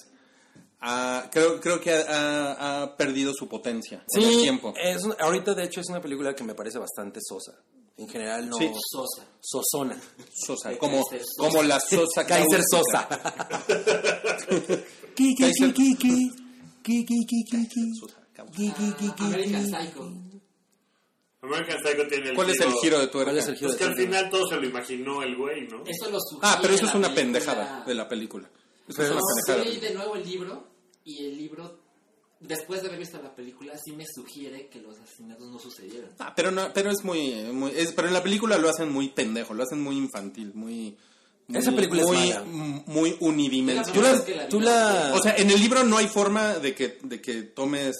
Speaker 2: ah, creo, creo que ha, ha- ha perdido su potencia con el
Speaker 3: Sí, Eh,
Speaker 2: tiempo.
Speaker 3: es un- ahorita de hecho es una película que me parece bastante sosa. En general no
Speaker 2: Sí.
Speaker 4: Sosa.
Speaker 3: sosona.
Speaker 2: Sosa, como,
Speaker 4: Kaiser Sosa.
Speaker 2: como la Sosa
Speaker 3: eh, Kaiser
Speaker 2: cáustica.
Speaker 3: Sosa. Ki, ki, ki,
Speaker 2: Kaiser-
Speaker 3: ki, ki. Ki, ki, ki, ki, ki.
Speaker 2: Sosa cáustica.
Speaker 3: Ki, ki, ki,
Speaker 4: Ah,
Speaker 3: ki,
Speaker 4: American
Speaker 3: ki.
Speaker 4: Psycho.
Speaker 5: American Psycho tiene el
Speaker 2: ¿Cuál es el giro de tuerca?
Speaker 3: ¿Cuál es el giro
Speaker 5: Pues
Speaker 3: de
Speaker 5: que al
Speaker 3: Seven?
Speaker 5: final todo se lo imaginó el güey, ¿no?
Speaker 4: Eso lo sugiere
Speaker 2: Ah, pero eso
Speaker 4: la
Speaker 2: es una
Speaker 4: película. Pues
Speaker 2: pendejada de la película. Eso es
Speaker 3: Pero-
Speaker 2: una
Speaker 4: No, yo
Speaker 2: pendejada.
Speaker 4: leí de nuevo el libro y el libro, después de haber visto la película, sí me sugiere que los asesinatos no sucedieron.
Speaker 2: Ah, pero no, pero es muy, muy- es- pero en la película lo hacen muy pendejo, lo hacen muy infantil, muy, muy-
Speaker 3: Esa película es
Speaker 2: muy,
Speaker 3: mala.
Speaker 2: m- muy unidimensional.
Speaker 3: Tú
Speaker 4: No,
Speaker 3: la,
Speaker 4: es que la
Speaker 3: tú
Speaker 4: vi.
Speaker 3: la-
Speaker 2: O sea, en el libro no hay forma de que, de que tomes,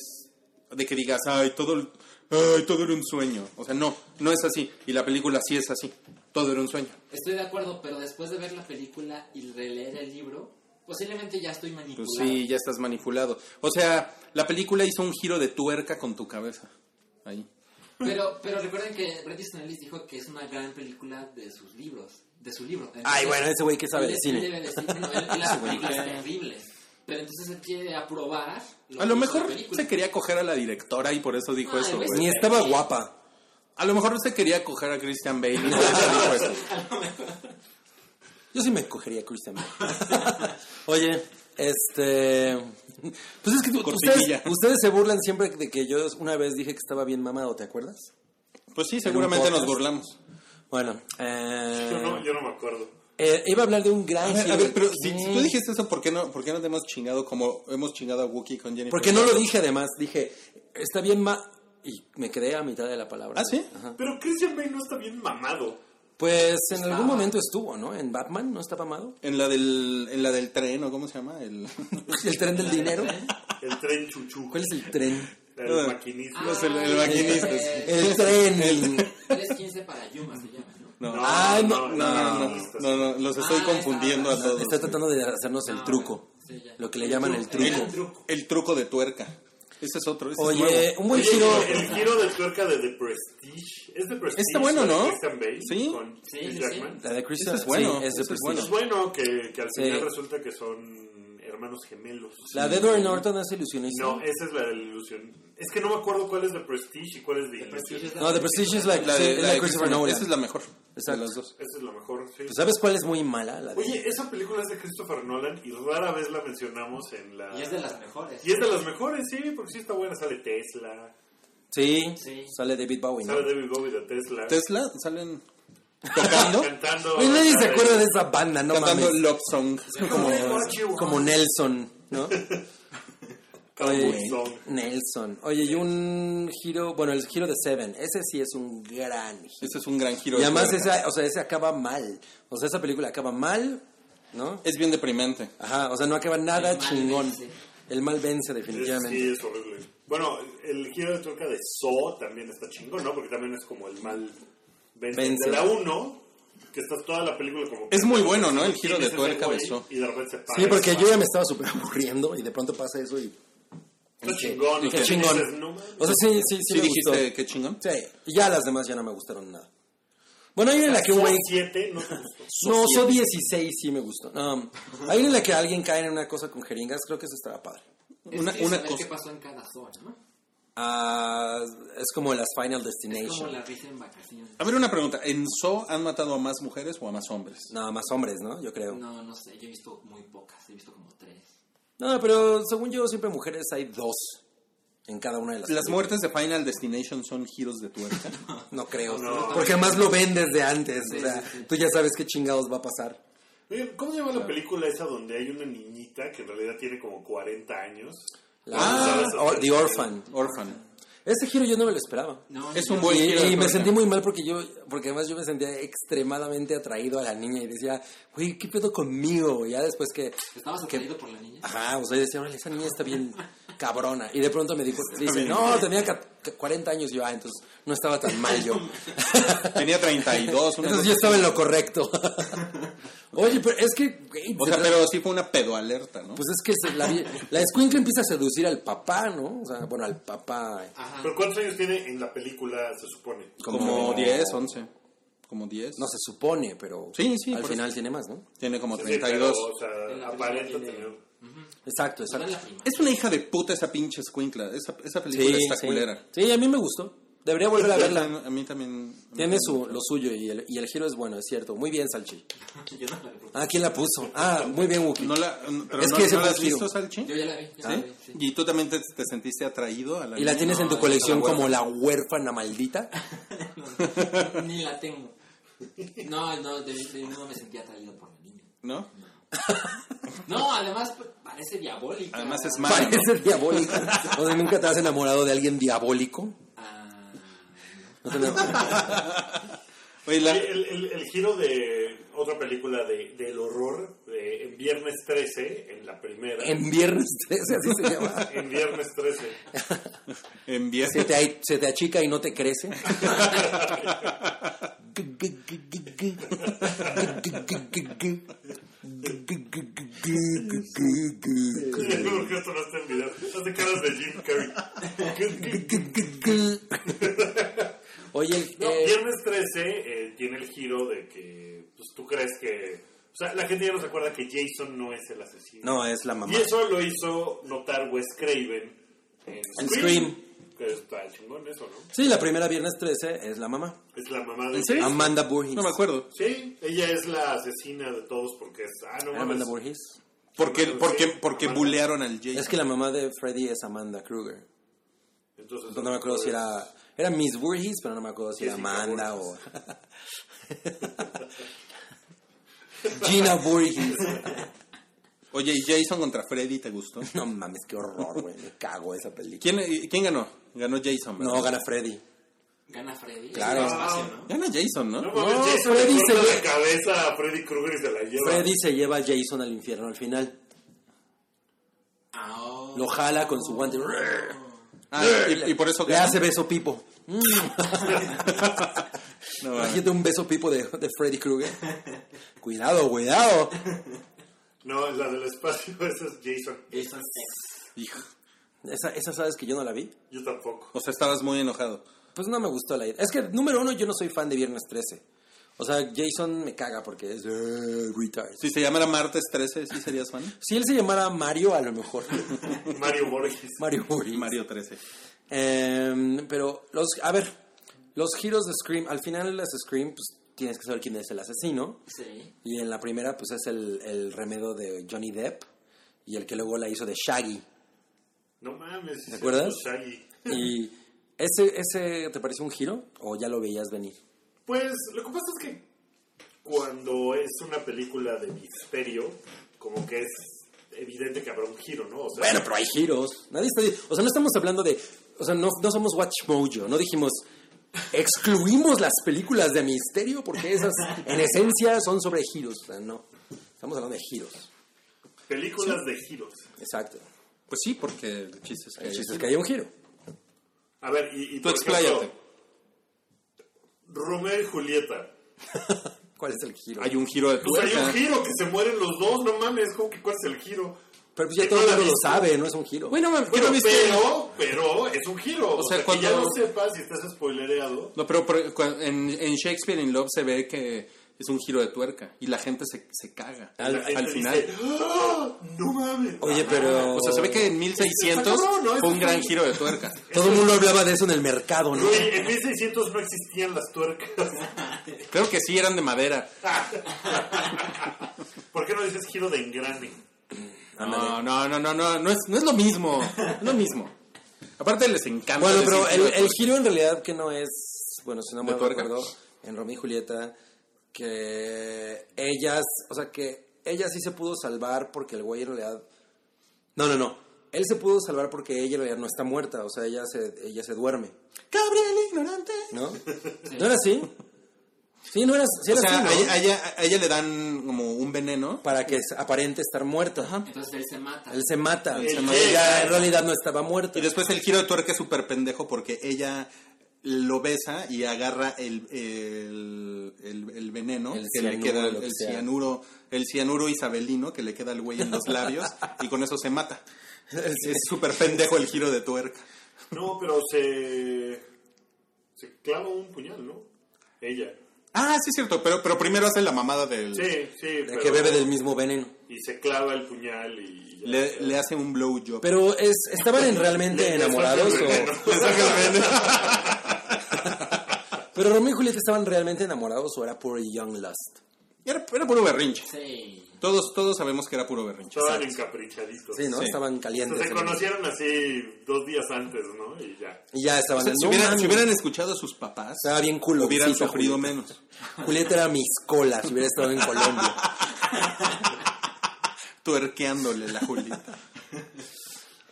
Speaker 2: de que digas, ay, todo, ay, todo era un sueño. O sea, no, no es así. Y la película sí es así. Todo era un sueño.
Speaker 4: Estoy de acuerdo, pero después de ver la película y releer el libro, posiblemente ya estoy manipulado.
Speaker 2: Pues sí, ya estás manipulado. O sea, la película hizo un giro de tuerca con tu cabeza. Ahí.
Speaker 4: Pero, pero recuerden que Bret Easton Ellis dijo que es una gran película de sus libros, de su libro. Entonces,
Speaker 3: Ay, bueno, ese güey que sabe
Speaker 4: él-
Speaker 3: de
Speaker 4: él
Speaker 3: cine.
Speaker 4: debe decir, bueno, él- él hace películas terribles. Pero entonces él quiere aprobar.
Speaker 2: A lo
Speaker 4: que hizo la
Speaker 2: mejor
Speaker 4: película.
Speaker 2: se quería coger a la directora y por eso dijo
Speaker 4: Ay,
Speaker 2: eso,
Speaker 4: ves.
Speaker 2: güey.
Speaker 3: Ni estaba guapa.
Speaker 2: A lo mejor se quería coger a Christian Bale y por eso dijo eso.
Speaker 3: Yo sí me cogería a Christian Bale. Oye, este. Pues es que tú- ustedes,
Speaker 2: Cortinilla.
Speaker 3: ustedes se burlan siempre de que yo una vez dije que estaba bien mamado, ¿te acuerdas?
Speaker 2: Pues sí, seguramente nos
Speaker 3: podcast.
Speaker 2: burlamos.
Speaker 3: Bueno,
Speaker 5: Yo no,
Speaker 3: eh,
Speaker 5: yo no me acuerdo.
Speaker 3: eh, iba a hablar de un gran.
Speaker 2: A ver,
Speaker 3: giro
Speaker 2: a ver,
Speaker 3: de-
Speaker 2: pero si, si tú
Speaker 3: Mm.
Speaker 2: dijiste eso, ¿por qué no, por qué no te hemos chingado como hemos chingado a Wookiee con Jennifer?
Speaker 3: Porque no lo dije además, dije, está bien ma... Y me quedé a mitad de la palabra.
Speaker 2: ¿Ah, sí?
Speaker 3: Ajá.
Speaker 5: Pero Christian Bale no está bien mamado.
Speaker 3: Pues en algún momento estuvo, ¿no? En Batman, ¿no estaba amado?
Speaker 2: En la del, en la del tren, ¿o cómo se llama? El,
Speaker 3: El tren del dinero.
Speaker 5: El tren chuchu.
Speaker 3: ¿Cuál es el tren?
Speaker 5: El
Speaker 2: Ah.
Speaker 5: maquinista.
Speaker 2: No sé, el- el maquinista, sí.
Speaker 3: El tren.
Speaker 4: 3.15 para Yuma se llama, ¿no?
Speaker 2: No.
Speaker 5: No,
Speaker 3: Ah,
Speaker 2: No, no, no, no, no, no, los estoy
Speaker 4: Ah,
Speaker 2: confundiendo a
Speaker 4: está-
Speaker 2: todos.
Speaker 3: Está tratando de hacernos el
Speaker 4: Ah,
Speaker 3: truco.
Speaker 4: bueno, sí, ya.
Speaker 3: Lo que le llaman el
Speaker 4: El
Speaker 3: truco.
Speaker 4: truco.
Speaker 2: El truco de tuerca. Ese es otro. Ese es
Speaker 3: Oye,
Speaker 2: nuevo.
Speaker 3: un buen
Speaker 5: Oye,
Speaker 3: giro.
Speaker 5: el giro de tuerca de The Prestige. Es The Prestige.
Speaker 2: Está bueno,
Speaker 5: la de
Speaker 2: ¿no?
Speaker 5: Christian Bale
Speaker 2: Sí.
Speaker 5: Con
Speaker 4: Sí,
Speaker 5: Hugh
Speaker 4: sí,
Speaker 5: Jackman.
Speaker 3: La de Christian
Speaker 2: Ese es bueno,
Speaker 3: sí, es de
Speaker 2: ese es
Speaker 3: Prestige.
Speaker 2: bueno.
Speaker 5: Es bueno que, que al
Speaker 3: Sí.
Speaker 5: final resulta que son hermanos gemelos.
Speaker 3: La de Edward Norton es ilusionista.
Speaker 5: No, esa es la de la ilusión. Es que no me acuerdo cuál es The Prestige y cuál es The
Speaker 4: Prestige
Speaker 5: Illusion.
Speaker 4: es la-
Speaker 3: No, The Prestige es la,
Speaker 2: La de,
Speaker 3: sí, es
Speaker 2: la
Speaker 3: la
Speaker 2: de
Speaker 3: Christopher
Speaker 2: Christopher
Speaker 3: Nolan.
Speaker 2: Esa es la mejor de
Speaker 3: Exacto.
Speaker 2: las dos.
Speaker 5: Esa es la mejor, sí.
Speaker 3: Pues, ¿Sabes cuál es muy mala? La de-
Speaker 5: Oye, esa película es de Christopher Nolan y rara vez la mencionamos en la...
Speaker 4: Y es de las mejores.
Speaker 5: Y es de las mejores, sí, porque sí está buena. Sale Tesla,
Speaker 3: sí,
Speaker 4: Sí.
Speaker 3: sale David Bowie. ¿no?
Speaker 5: sale David Bowie de Tesla.
Speaker 2: Tesla salen tocando,
Speaker 5: Cantando...
Speaker 3: Pues nadie se
Speaker 5: sale-
Speaker 3: acuerda de esa banda, no
Speaker 2: cantando
Speaker 3: mames.
Speaker 2: love song.
Speaker 3: Como,
Speaker 5: What you want.
Speaker 3: como Nelson, ¿no? Oye,
Speaker 5: Song.
Speaker 3: Nelson. Oye, y un giro, bueno, el giro de Seven, ese sí es un gran giro.
Speaker 2: Ese es un gran giro.
Speaker 3: Y
Speaker 2: de
Speaker 3: además
Speaker 2: tuerca.
Speaker 3: esa, o sea, ese acaba mal. O sea, esa película acaba mal, ¿no?
Speaker 2: es bien deprimente.
Speaker 3: Ajá, o sea, no acaba nada
Speaker 4: El mal
Speaker 3: chingón.
Speaker 4: vence.
Speaker 3: El mal vence
Speaker 5: Es- Sí,
Speaker 3: definitivamente.
Speaker 5: es horrible. Bueno, el giro de tuerca de So también está chingón, ¿no? Porque también es como el mal vence.
Speaker 3: Vence.
Speaker 5: De la 1, que está toda la película como...
Speaker 2: Es muy bueno, ¿no? El
Speaker 5: ¿Quién
Speaker 2: giro de
Speaker 5: es ese
Speaker 2: tuerca de
Speaker 5: güey?
Speaker 2: So.
Speaker 5: Y de repente se para.
Speaker 3: Sí, porque
Speaker 5: y se
Speaker 3: yo
Speaker 5: va.
Speaker 3: ya me estaba súper aburriendo y de pronto pasa eso y...
Speaker 5: Está chingón.
Speaker 3: y
Speaker 5: o
Speaker 3: qué
Speaker 5: sea,
Speaker 3: chingón.
Speaker 5: dices, no mames.
Speaker 3: O sea, sí, sí, sí,
Speaker 2: Sí,
Speaker 3: me
Speaker 2: dijiste
Speaker 3: gustó.
Speaker 2: qué chingón.
Speaker 3: Sí, y ya las demás ya no me gustaron nada. Bueno, hay una en la que un
Speaker 5: Saw
Speaker 3: güey...
Speaker 5: 7 no te gustó.
Speaker 3: No, son 16 sí me gustó. No, um, hay una en la que alguien cae en una cosa con jeringas, creo que eso estaba padre.
Speaker 4: Es
Speaker 2: Una-
Speaker 4: que
Speaker 2: una
Speaker 4: saber
Speaker 2: cosa.
Speaker 4: qué pasó en cada zona, ¿no?
Speaker 3: Ah, es como las Final
Speaker 4: Es como
Speaker 3: Destination.
Speaker 4: la risa en vacaciones.
Speaker 2: A ver, una pregunta. ¿En So han matado a más mujeres o a más hombres?
Speaker 3: Nada más hombres, ¿no? Yo creo. No.
Speaker 4: No, no sé, yo he visto muy pocas, he visto como tres.
Speaker 3: pero según yo, siempre mujeres hay dos en cada una de las.
Speaker 2: ¿Las muertes de Final Destination son giros de tuerca?
Speaker 3: No creo.
Speaker 5: No.
Speaker 3: Porque además lo ven desde antes.
Speaker 4: Sí,
Speaker 3: o sea,
Speaker 4: sí, sí.
Speaker 3: tú ya sabes qué chingados va a pasar.
Speaker 5: Oye, ¿Cómo se llama la película esa donde hay una niñita que en realidad tiene como 40 años?
Speaker 3: La-
Speaker 2: Ah,
Speaker 3: Or- The Orphan.
Speaker 2: Orphan.
Speaker 3: Ese giro yo no me lo esperaba.
Speaker 4: No,
Speaker 2: Es
Speaker 4: yo-
Speaker 2: un buen
Speaker 3: Y-
Speaker 2: giro de
Speaker 3: y, me
Speaker 2: tuerca.
Speaker 3: sentí muy mal porque yo, porque además yo me sentía extremadamente atraído a la niña y decía, güey, ¿qué pedo conmigo? Ya después que,
Speaker 4: ¿Estabas atraído por la niña?
Speaker 3: ajá, o sea, yo decía, órale, esa niña está bien cabrona. Y de pronto me dijo, dice,
Speaker 2: bien.
Speaker 3: no, tenía ca- ca- 40 años y yo, ah, entonces no estaba tan mal yo.
Speaker 2: Tenía 32. una
Speaker 3: entonces
Speaker 2: cosa
Speaker 3: yo estaba en lo correcto. Oye, pero es que, güey,
Speaker 2: O
Speaker 3: se
Speaker 2: sea,
Speaker 3: tra-
Speaker 2: pero sí fue una pedoalerta, ¿no?
Speaker 3: pues es que se- la, vi- la escuincla empieza a seducir al papá, ¿no? O sea, bueno, al papá.
Speaker 2: Ah,
Speaker 4: Ajá.
Speaker 5: ¿Pero cuántos años tiene en la película, se supone?
Speaker 2: como 10, 11. Como 10.
Speaker 3: No se supone, pero
Speaker 2: Sí, sí,
Speaker 3: al
Speaker 2: por
Speaker 3: final tiene más, ¿no?
Speaker 2: Tiene como
Speaker 5: Sí, sí, pero,
Speaker 2: 32.
Speaker 5: o
Speaker 4: En
Speaker 5: sea,
Speaker 4: la
Speaker 5: aparenta
Speaker 4: película
Speaker 5: tener...
Speaker 3: Exacto,
Speaker 4: Era
Speaker 3: exacto.
Speaker 4: la prima.
Speaker 2: Es una hija de puta esa pinche escuincla. Esa, esa película está culera.
Speaker 3: Sí, a mí me gustó. Debería volver a verla.
Speaker 2: A mí también.
Speaker 3: Tiene su, lo suyo y el, y el giro es bueno, es cierto. Muy bien, Salchi.
Speaker 4: Yo no la vi.
Speaker 3: Ah, ¿quién la puso? Ah, muy bien, Wookie.
Speaker 2: No la, pero
Speaker 3: Es
Speaker 2: no-
Speaker 3: que ese
Speaker 2: ¿no la
Speaker 3: fue
Speaker 2: has
Speaker 3: el giro.
Speaker 2: visto, Salchi?
Speaker 4: Yo ya la vi, ya la
Speaker 2: ¿Sí?
Speaker 4: vi, sí.
Speaker 2: ¿Y tú también te, te sentiste atraído a la
Speaker 3: ¿Y la
Speaker 2: niña?
Speaker 3: tienes en tu
Speaker 4: No,
Speaker 3: colección
Speaker 2: esa la
Speaker 3: como la huérfana maldita?
Speaker 4: Ni la tengo. No, no, de, de- no me sentía atraído por la niña.
Speaker 2: ¿No?
Speaker 4: No, además p- parece diabólica.
Speaker 2: Además es mala. ¿no?
Speaker 3: Parece diabólica. O sea, ¿nunca te has enamorado de alguien diabólico?
Speaker 4: Ah,
Speaker 3: No te lo-
Speaker 2: Oye, la-
Speaker 5: Oye, El, el- el giro de otra película de, del horror, de, en Viernes 13, en la primera.
Speaker 3: En viernes 13, así se llama.
Speaker 5: en Viernes 13.
Speaker 2: en 10.
Speaker 3: Se te, ahí- se te achica y no te crece.
Speaker 5: ¿Por qué esto no está en video? Hace caras de Jim Carrey.
Speaker 3: Oye, el-
Speaker 5: No,
Speaker 3: eh,
Speaker 5: Viernes 13 eh, tiene el giro de que pues, tú crees que... O sea, la gente ya no se acuerda que Jason no es el asesino.
Speaker 3: no, es la mamá.
Speaker 5: Y eso lo hizo notar Wes Craven en
Speaker 3: En
Speaker 5: Scream. Que está chingón eso, ¿no?
Speaker 3: Sí, la primera viernes 13 es la mamá.
Speaker 5: Es la mamá de...
Speaker 2: ¿En serio?
Speaker 3: Amanda Burgess.
Speaker 2: No me acuerdo.
Speaker 5: Sí, ella es la asesina de todos porque es... Ah, no
Speaker 3: Amanda
Speaker 5: mames.
Speaker 3: Burgess.
Speaker 2: Porque, porque,
Speaker 5: Sí.
Speaker 2: porque
Speaker 5: Amanda.
Speaker 2: bulearon al Jason.
Speaker 3: Es que la mamá de Freddy es Amanda Krueger. Pues
Speaker 5: Entonces,
Speaker 3: No me acuerdo si era... Era Miss Burgess, pero no me acuerdo si era
Speaker 5: Jessica
Speaker 3: Amanda o... Gina Burgess.
Speaker 2: Oye, ¿y Jason contra Freddy te gustó?
Speaker 3: No mames, qué horror, güey. Me cago esa película.
Speaker 2: ¿Quién, eh, ¿Quién ganó? Ganó Jason. ¿verdad?
Speaker 3: No, gana Freddy.
Speaker 4: gana Freddy.
Speaker 3: Claro.
Speaker 4: Es un espacio, ¿no?
Speaker 2: Gana Jason, ¿no?
Speaker 5: Ah, No, mames,
Speaker 3: No,
Speaker 5: Jason
Speaker 3: Freddy
Speaker 5: le corta
Speaker 3: se
Speaker 5: la
Speaker 3: ve-
Speaker 5: cabeza a Freddy Krueger y se la lleva.
Speaker 3: Freddy se lleva a Jason al infierno al final.
Speaker 4: Ah, oh.
Speaker 3: Lo jala con su guante.
Speaker 2: Ah, y, y por eso
Speaker 3: Le
Speaker 2: gana.
Speaker 3: hace beso pipo.
Speaker 2: No,
Speaker 3: Imagínate un beso pipo de, de Freddy Krueger. cuidado, cuidado.
Speaker 5: No, la del espacio, esa es Jason.
Speaker 4: Jason X.
Speaker 2: hijo.
Speaker 3: Esa, esa sabes que yo no la vi.
Speaker 5: Yo tampoco.
Speaker 2: O sea, estabas muy enojado.
Speaker 3: Pues no me gustó la idea. Es que, número uno, yo no soy fan de Viernes 13. O sea, Jason me caga porque es eh, retard.
Speaker 2: Si se llamara martes 13, ¿sí serías fan?
Speaker 3: Si él se llamara Mario, a lo mejor.
Speaker 5: Mario Borges.
Speaker 3: Mario Boris.
Speaker 2: Mario 13.
Speaker 3: Em, pero, los, a ver, los giros de Scream, al final de las Scream, pues tienes que saber quién es el asesino.
Speaker 4: Sí.
Speaker 3: Y en la primera, pues es el, el remedo de Johnny Depp y el que luego la hizo de Shaggy.
Speaker 5: No mames.
Speaker 3: ¿Te acuerdas?
Speaker 5: Shaggy.
Speaker 3: ¿Y ese, ese te parece un giro o ya lo veías venir?
Speaker 5: Pues lo que pasa es que cuando es una película de misterio, como que es evidente que habrá un giro, ¿no? O sea,
Speaker 3: Bueno, pero hay giros. Nadie está, di- o sea, no estamos hablando de, o sea, no, no somos Watch Mojo, no dijimos excluimos las películas de misterio porque esas en esencia son sobre giros, o sea, no. Estamos hablando de giros.
Speaker 5: películas de giros.
Speaker 3: Exacto.
Speaker 2: Pues sí, porque el chiste es que...
Speaker 3: El chiste es que hay un giro.
Speaker 5: A ver, y, y
Speaker 2: Tú
Speaker 5: por ejemplo,
Speaker 2: expláyate.
Speaker 5: Romeo y Julieta.
Speaker 3: ¿Cuál es el giro?
Speaker 2: Hay un giro de
Speaker 5: Pues hay
Speaker 2: tuerca.
Speaker 5: un giro que se mueren los dos, no mames, ¿cómo que cuál es el giro?
Speaker 3: Pero pues ya
Speaker 5: Que
Speaker 3: todo
Speaker 5: no
Speaker 3: el
Speaker 5: la
Speaker 3: mundo lo
Speaker 5: viste.
Speaker 3: sabe, no es un giro.
Speaker 2: Bueno, ¿qué
Speaker 5: Bueno,
Speaker 2: no viste?
Speaker 5: pero, pero es un giro. O,
Speaker 2: sea,
Speaker 5: sea,
Speaker 2: cuando-
Speaker 5: que ya lo sepas y estás spoilereado.
Speaker 2: No, pero por- cua- en, en Shakespeare in Love se ve que es un giro de tuerca y la gente se, se caga
Speaker 5: y
Speaker 2: al,
Speaker 5: la gente
Speaker 2: al final.
Speaker 5: dice, "¡Ah! no mames.
Speaker 3: Oye,
Speaker 5: Ajá.
Speaker 3: pero
Speaker 2: Ah, O sea, se ve que en 1600
Speaker 5: Está cabrón, ¿no?
Speaker 2: fue un
Speaker 5: Está
Speaker 2: gran
Speaker 5: cabrón.
Speaker 2: giro de tuerca.
Speaker 3: todo el mundo hablaba de eso en el mercado, ¿no?
Speaker 5: Güey, en 1600 no existían las tuercas.
Speaker 2: Creo que sí eran de madera.
Speaker 5: ¿Por qué no dices giro de engrane?
Speaker 2: No, no, no, no, no, no es, no es lo mismo. Es lo mismo. Aparte les encanta.
Speaker 3: Bueno,
Speaker 2: decir
Speaker 3: pero el,
Speaker 2: de
Speaker 3: el
Speaker 2: tuerca.
Speaker 3: giro en realidad que no es, bueno, si no me
Speaker 2: De tuerca.
Speaker 3: acuerdo, en Romeo y Julieta, que ellas, o sea, que ella sí se pudo salvar porque el güey en realidad... No, no, no. Él se pudo salvar porque ella en realidad no está muerta, o sea, ella se, ella se duerme,
Speaker 2: Gabriel ignorante.
Speaker 3: ¿no? ¿No era así? Sí, no era, sí
Speaker 2: O
Speaker 3: era
Speaker 2: sea, a
Speaker 3: así, ¿no?
Speaker 2: ella, a ella- a ella le dan como un veneno.
Speaker 3: Para que aparente estar muerta.
Speaker 4: Entonces él se mata.
Speaker 3: Él se mata.
Speaker 2: Él se
Speaker 5: mata.
Speaker 3: Ella en realidad no estaba muerta.
Speaker 2: Y después el giro de tuerca es súper pendejo porque ella lo besa y agarra el, el, el- el veneno
Speaker 3: El
Speaker 2: que le
Speaker 3: cianuro,
Speaker 2: queda
Speaker 3: lo que
Speaker 2: el
Speaker 3: sea.
Speaker 2: cianuro, el cianuro isabelino que le queda al güey en los labios y con eso se mata. Es súper pendejo el giro de tuerca.
Speaker 5: No, pero se. Se clava un puñal, ¿no? Ella.
Speaker 2: Ah, sí es cierto, pero, pero primero hace la mamada del...
Speaker 5: Sí, sí.
Speaker 3: de
Speaker 5: pero-
Speaker 3: que bebe del mismo veneno.
Speaker 5: Y se clava el puñal y. y ya.
Speaker 2: Le, le hace un blowjob.
Speaker 3: Pero es, estaban en
Speaker 5: Le-
Speaker 3: realmente
Speaker 5: le
Speaker 3: enamorados
Speaker 5: saca el veneno.
Speaker 3: o... Pero Romeo y Julieta estaban realmente enamorados o era por Young Lust.
Speaker 2: Era, era puro berrinche.
Speaker 4: Sí.
Speaker 2: Todos, todos sabemos que era puro berrinche.
Speaker 5: Estaban encaprichaditos.
Speaker 3: Sí, ¿no?
Speaker 2: Sí.
Speaker 3: Estaban
Speaker 5: O
Speaker 3: calientes.
Speaker 5: sea, se conocieron así dos días antes, ¿no? Y ya.
Speaker 3: Y ya estaban...
Speaker 2: O sea, si,
Speaker 3: no
Speaker 2: hubieran,
Speaker 3: mames,
Speaker 2: si hubieran escuchado a sus papás,
Speaker 3: Estaba bien culo.
Speaker 2: hubieran
Speaker 3: sí, esa
Speaker 2: sufrido
Speaker 3: Julieta.
Speaker 2: menos.
Speaker 3: Julieta era mis colas, hubiera estado en Colombia.
Speaker 2: Tuerqueándole la Julieta.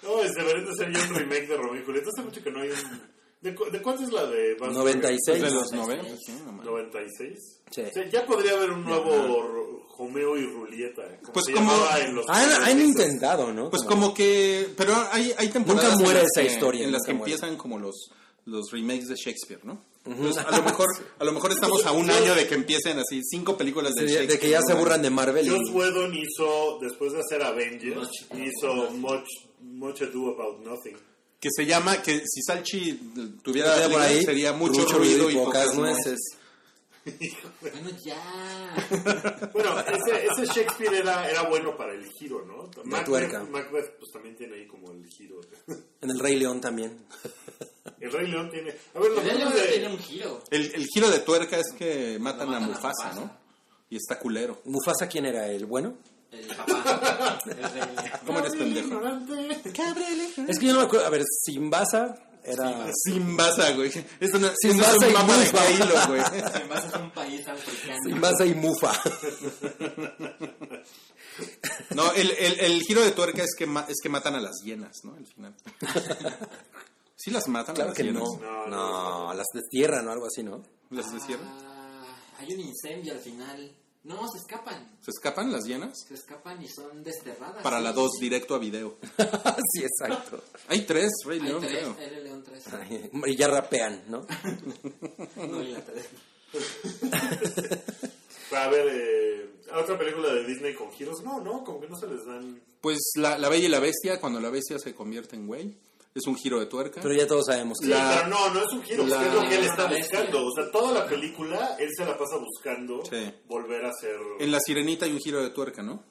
Speaker 5: No, es, deberían de ser ya un remake de Romeo y Julieta. Hace mucho que no hay un. ¿De, cu- de cuánto es la de. Bas-
Speaker 3: 96.
Speaker 2: Es de los
Speaker 4: Sí.
Speaker 2: 90, sí, no mames.
Speaker 5: 96.
Speaker 3: Sí.
Speaker 5: O sea, ya podría haber un nuevo Ro- Romeo y Julieta. ¿eh?
Speaker 2: Pues
Speaker 5: se
Speaker 2: como-
Speaker 5: llamaba en los
Speaker 3: Han, han
Speaker 5: 90s.
Speaker 3: intentado, ¿no?
Speaker 2: Pues como que... Pero hay, hay temporadas...
Speaker 3: Nunca muere
Speaker 2: en las
Speaker 3: esa
Speaker 2: que-
Speaker 3: historia,
Speaker 2: En las que
Speaker 3: nunca muere.
Speaker 2: empiezan como los, los remakes de Shakespeare, ¿no? Entonces, a lo mejor a lo mejor estamos a un año de que empiecen así cinco películas de
Speaker 3: Sí, de,
Speaker 2: Shakespeare.
Speaker 3: de que ya se burlan de Marvel.
Speaker 5: Joss
Speaker 3: y-
Speaker 5: Whedon hizo, después de hacer Avengers,
Speaker 4: Much-
Speaker 5: hizo much, much Ado About Nothing.
Speaker 2: Que se llama... Que si Salchi tuviera...
Speaker 3: Estuviera por
Speaker 2: liga,
Speaker 3: ahí,
Speaker 2: sería mucho, ruido y pocas nueces.
Speaker 3: nueces.
Speaker 4: Bueno, ya.
Speaker 5: Bueno, ese, ese Shakespeare era, era bueno para el giro, ¿no?
Speaker 3: tuerca.
Speaker 5: Macbeth pues, también tiene ahí como el giro.
Speaker 3: En el Rey León también.
Speaker 5: El Rey León tiene... A ver, los
Speaker 4: Pero él
Speaker 5: nombres
Speaker 4: ahora tiene
Speaker 5: de...
Speaker 4: un giro.
Speaker 2: El, el giro de tuerca es que matan
Speaker 4: matan
Speaker 2: a
Speaker 4: a
Speaker 2: Mufasa,
Speaker 4: Mufasa.
Speaker 2: ¿no? Y está culero.
Speaker 3: ¿Mufasa quién era? ¿El bueno?
Speaker 4: El papá. El rey.
Speaker 2: ¿Cómo eres pendejo?
Speaker 3: Es que yo no me acuerdo. A ver, Simbasa era...
Speaker 2: Simbasa, güey. Esto no,
Speaker 3: Sin
Speaker 2: esto
Speaker 3: Basa
Speaker 2: es
Speaker 3: y
Speaker 2: un mapa de
Speaker 3: Mufa.
Speaker 2: Halo, güey.
Speaker 4: Además es un país africano.
Speaker 3: Simbasa y Mufa.
Speaker 2: No, el, el, el giro de tuerca es que, ma- es que matan a las hienas, ¿no? Al final. ¿Sí las matan a
Speaker 3: Claro
Speaker 2: las
Speaker 3: que
Speaker 2: hienas?
Speaker 3: no.
Speaker 5: No,
Speaker 3: No, las de tierra, ¿no? Algo así, ¿no?
Speaker 2: ¿Las deshierran?
Speaker 4: Ah, hay un incendio al final. No, se escapan.
Speaker 2: ¿Se escapan las hienas?
Speaker 4: Se escapan y son desterradas.
Speaker 2: Para
Speaker 4: Sí,
Speaker 2: la
Speaker 4: sí,
Speaker 2: 2,
Speaker 4: sí.
Speaker 2: directo a video.
Speaker 3: sí, exacto.
Speaker 2: Hay tres, Rey
Speaker 4: Hay
Speaker 2: León,
Speaker 4: tres,
Speaker 2: creo.
Speaker 4: L León 3.
Speaker 3: Y ya rapean, ¿no?
Speaker 4: No, y la tres.
Speaker 5: A ver, eh, otra película de Disney con giros. No, no, como que no se les dan.
Speaker 2: Pues la, la Bella y la Bestia, cuando la bestia se convierte en güey, es un giro de tuerca.
Speaker 3: Pero ya todos sabemos que...
Speaker 5: Sí,
Speaker 2: La-
Speaker 5: pero no, no es un giro,
Speaker 2: la-
Speaker 5: pues, es lo que él está
Speaker 4: la-
Speaker 5: buscando. O sea, toda la película él se la pasa buscando
Speaker 2: Sí.
Speaker 5: volver a ser.
Speaker 2: En la sirenita hay un giro de tuerca, ¿no?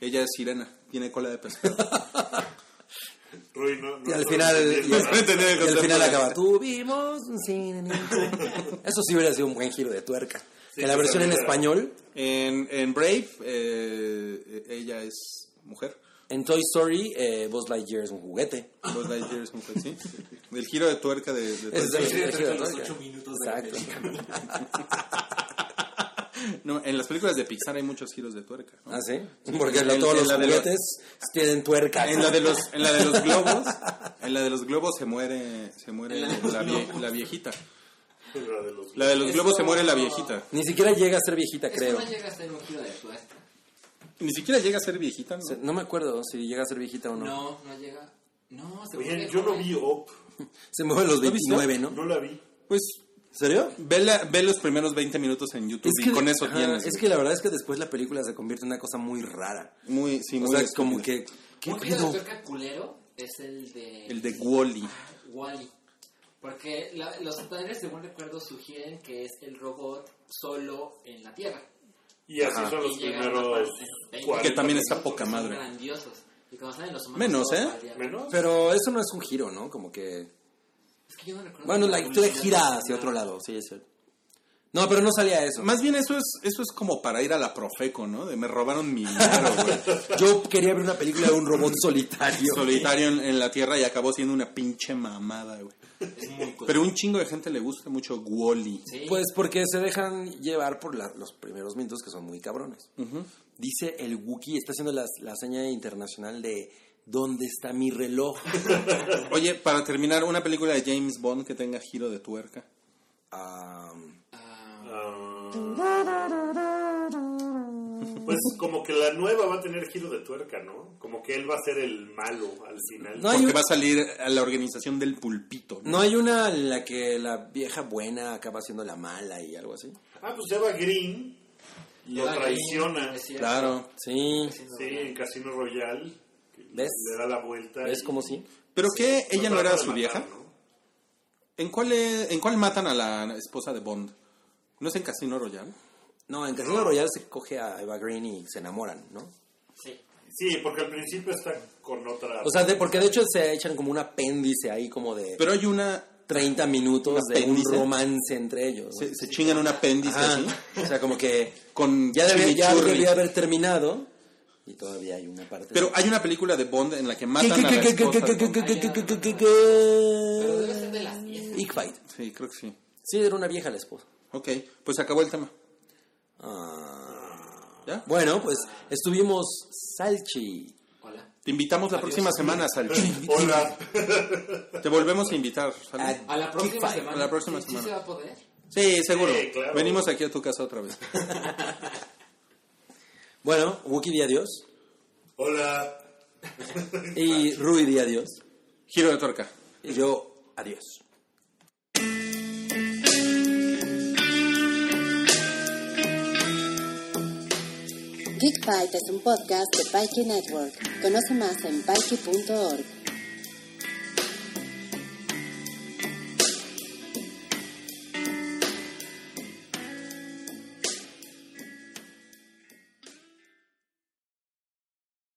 Speaker 2: Ella es sirena, tiene cola de pescado.
Speaker 5: Rui, no- no
Speaker 3: Y al
Speaker 5: sabes
Speaker 3: final,
Speaker 5: entender
Speaker 3: y
Speaker 5: nada.
Speaker 3: al,
Speaker 2: entendí el
Speaker 3: y al final
Speaker 2: concepto.
Speaker 3: acaba. Tuvimos un cine. Eso sí hubiera sido un buen giro de tuerca.
Speaker 5: Sí,
Speaker 3: en la versión en
Speaker 5: también era.
Speaker 3: español,
Speaker 2: En, en Brave, eh, ella es mujer.
Speaker 3: en Toy Story, eh, Buzz Lightyear es un juguete.
Speaker 2: Buzz Lightyear es mujer, sí. El giro de tuerca de, de Toy
Speaker 3: Es
Speaker 2: Story.
Speaker 3: el giro de
Speaker 4: Entre los
Speaker 3: tuerca.
Speaker 4: ocho minutos de la
Speaker 3: Exacto.
Speaker 4: película.
Speaker 2: No, en las películas de Pixar hay muchos giros de tuerca. ¿no?
Speaker 3: Ah, sí. Porque
Speaker 2: en-
Speaker 3: lo-
Speaker 2: en-
Speaker 3: todos
Speaker 2: en
Speaker 3: los
Speaker 2: la de los-
Speaker 3: juguetes tienen tuerca.
Speaker 2: En la de los, en la de los globos, en la de los globos se muere, se muere
Speaker 4: En la de los
Speaker 2: la, vie-
Speaker 4: globos.
Speaker 2: la viejita.
Speaker 5: La de los-
Speaker 2: La de los
Speaker 4: Eso-
Speaker 2: globos se muere la viejita.
Speaker 3: Ni siquiera llega a ser viejita,
Speaker 4: Esto
Speaker 3: creo.
Speaker 4: no llega a ser un giro de tuerca.
Speaker 2: Ni siquiera llega a ser viejita, ¿no?
Speaker 3: Se- No me acuerdo si llega a ser viejita o no.
Speaker 4: No, no llega. No, se
Speaker 5: Oye,
Speaker 4: vuelve
Speaker 5: yo no
Speaker 4: joven.
Speaker 5: vi oh, Op,
Speaker 3: Se mueve a los
Speaker 2: ¿Lo viste?
Speaker 3: 29, ¿no?
Speaker 5: no la vi.
Speaker 2: Pues
Speaker 3: ¿Serio?
Speaker 2: ve, la- ve los primeros 20 minutos en YouTube y con eso
Speaker 3: ajá,
Speaker 2: tienes.
Speaker 3: es que la verdad es que después la película se convierte en una cosa muy rara.
Speaker 2: muy, sí,
Speaker 3: o
Speaker 2: muy
Speaker 3: sea,
Speaker 2: estúpido.
Speaker 3: como que... ¿Qué
Speaker 4: Un giro de
Speaker 3: pedo?
Speaker 4: tuerca culero es el de.
Speaker 2: El de Wally.
Speaker 4: Wally. Porque la- los padres, según recuerdo, sugieren que es el robot solo en la Tierra.
Speaker 5: Y así
Speaker 2: Ajá.
Speaker 5: son los
Speaker 4: Y llegan a una
Speaker 5: primeros.
Speaker 4: parte de 20
Speaker 5: 40
Speaker 2: Que también está
Speaker 5: minutos.
Speaker 2: poca
Speaker 4: Son
Speaker 2: madre.
Speaker 4: grandiosos. Y como saben, los humanos
Speaker 2: Menos,
Speaker 4: todos
Speaker 2: ¿eh?
Speaker 4: valían.
Speaker 5: Menos.
Speaker 3: Pero eso no es un giro, ¿no? Como que...
Speaker 4: Es que yo no recuerdo.
Speaker 3: Bueno, la historia
Speaker 4: publicidad
Speaker 3: gira
Speaker 4: original.
Speaker 3: hacia otro lado, sí, es cierto. No, pero no salía eso.
Speaker 2: Más bien eso es, eso es como para ir a la Profeco, ¿no? De me robaron mi dinero, güey.
Speaker 3: Yo quería ver una película de un robot solitario.
Speaker 2: Solitario en, en la tierra y acabó siendo una pinche mamada, güey.
Speaker 4: Es muy cool.
Speaker 2: Pero un chingo de gente le gusta mucho Wally.
Speaker 4: Sí.
Speaker 3: Pues porque se dejan llevar por la- los primeros minutos que son muy cabrones. Dice el Wookiee, está haciendo las- la seña internacional de ¿Dónde está mi reloj?
Speaker 2: Oye, para terminar, una película de James Bond que tenga giro de tuerca.
Speaker 3: Ah,
Speaker 4: Ah,
Speaker 5: Ah. Pues como que la nueva va a tener giro de tuerca, ¿no? Como que él va a ser el malo al final.
Speaker 3: No hay
Speaker 2: Porque
Speaker 3: un-
Speaker 2: va a salir a la organización del pulpito. ¿no?
Speaker 3: no hay una en la que la vieja buena acaba siendo la mala y algo así.
Speaker 5: Ah, pues lleva Green. Lo
Speaker 4: Eva Green,
Speaker 5: traiciona.
Speaker 4: es cierto.
Speaker 2: Claro.
Speaker 3: Sí.
Speaker 5: Sí, en Casino Royale. que
Speaker 3: ¿Ves?
Speaker 5: Le da la vuelta.
Speaker 3: ¿Ves
Speaker 5: y-
Speaker 3: cómo sí?
Speaker 2: ¿Pero qué? ¿Ella no
Speaker 5: trata
Speaker 2: era
Speaker 5: de
Speaker 2: su
Speaker 5: matar,
Speaker 2: vieja?
Speaker 5: ¿no?
Speaker 2: ¿En cuál, eh, ¿En cuál matan a la esposa de Bond? ¿No es en Casino Royale?
Speaker 3: No, en Casino Royale se coge a Eva Green y se enamoran, ¿no?
Speaker 4: Sí.
Speaker 5: Sí, porque al principio está con otra.
Speaker 3: O sea, de- porque de hecho se echan como un apéndice ahí como de
Speaker 2: Pero hay una...
Speaker 3: 30 minutos
Speaker 2: ¿Un
Speaker 3: de un
Speaker 2: apéndice?
Speaker 3: romance entre ellos. ¿no?
Speaker 2: Se, se chingan un apéndice
Speaker 3: Ajá.
Speaker 2: así.
Speaker 3: O sea, como que
Speaker 2: Con
Speaker 3: ya debía, ya
Speaker 2: chimichurri.
Speaker 3: debía haber terminado y todavía hay una parte.
Speaker 2: Pero
Speaker 3: de-
Speaker 2: hay una película de Bond en la que
Speaker 3: ¿Qué,
Speaker 2: matan a
Speaker 3: qué,
Speaker 2: la
Speaker 3: qué, qué,
Speaker 2: esposa
Speaker 3: qué,
Speaker 2: de
Speaker 3: qué,
Speaker 2: Bond.
Speaker 3: qué, qué, qué, qué, qué, qué,
Speaker 4: Pero
Speaker 3: qué?
Speaker 4: debe ser de las
Speaker 2: Eh.
Speaker 4: 10.
Speaker 3: Ick fight.
Speaker 2: Sí, creo que sí.
Speaker 3: Sí, era una vieja la esposa.
Speaker 2: Ok, pues se acabó el tema.
Speaker 3: Ah.
Speaker 2: ¿Ya?
Speaker 3: Bueno, pues estuvimos Salchi.
Speaker 4: Hola.
Speaker 2: Te invitamos la
Speaker 4: Adiós.
Speaker 2: próxima semana, Salchi.
Speaker 5: Hola.
Speaker 2: Te volvemos a invitar, Salchi.
Speaker 3: Ah.
Speaker 4: A la próxima
Speaker 3: Kickfire,
Speaker 4: semana.
Speaker 2: a la próxima
Speaker 4: ¿Sí- sí
Speaker 2: semana.
Speaker 4: se va a poder?
Speaker 2: Sí, seguro.
Speaker 5: Sí, claro.
Speaker 2: Venimos aquí a tu casa otra vez.
Speaker 3: Bueno, Wookie di adiós.
Speaker 5: Hola.
Speaker 3: Y Rui di adiós.
Speaker 2: Giro de torca.
Speaker 3: Y yo, adiós.
Speaker 1: Geek Fight es un podcast de Pikey Network. Conoce más en pikey.org.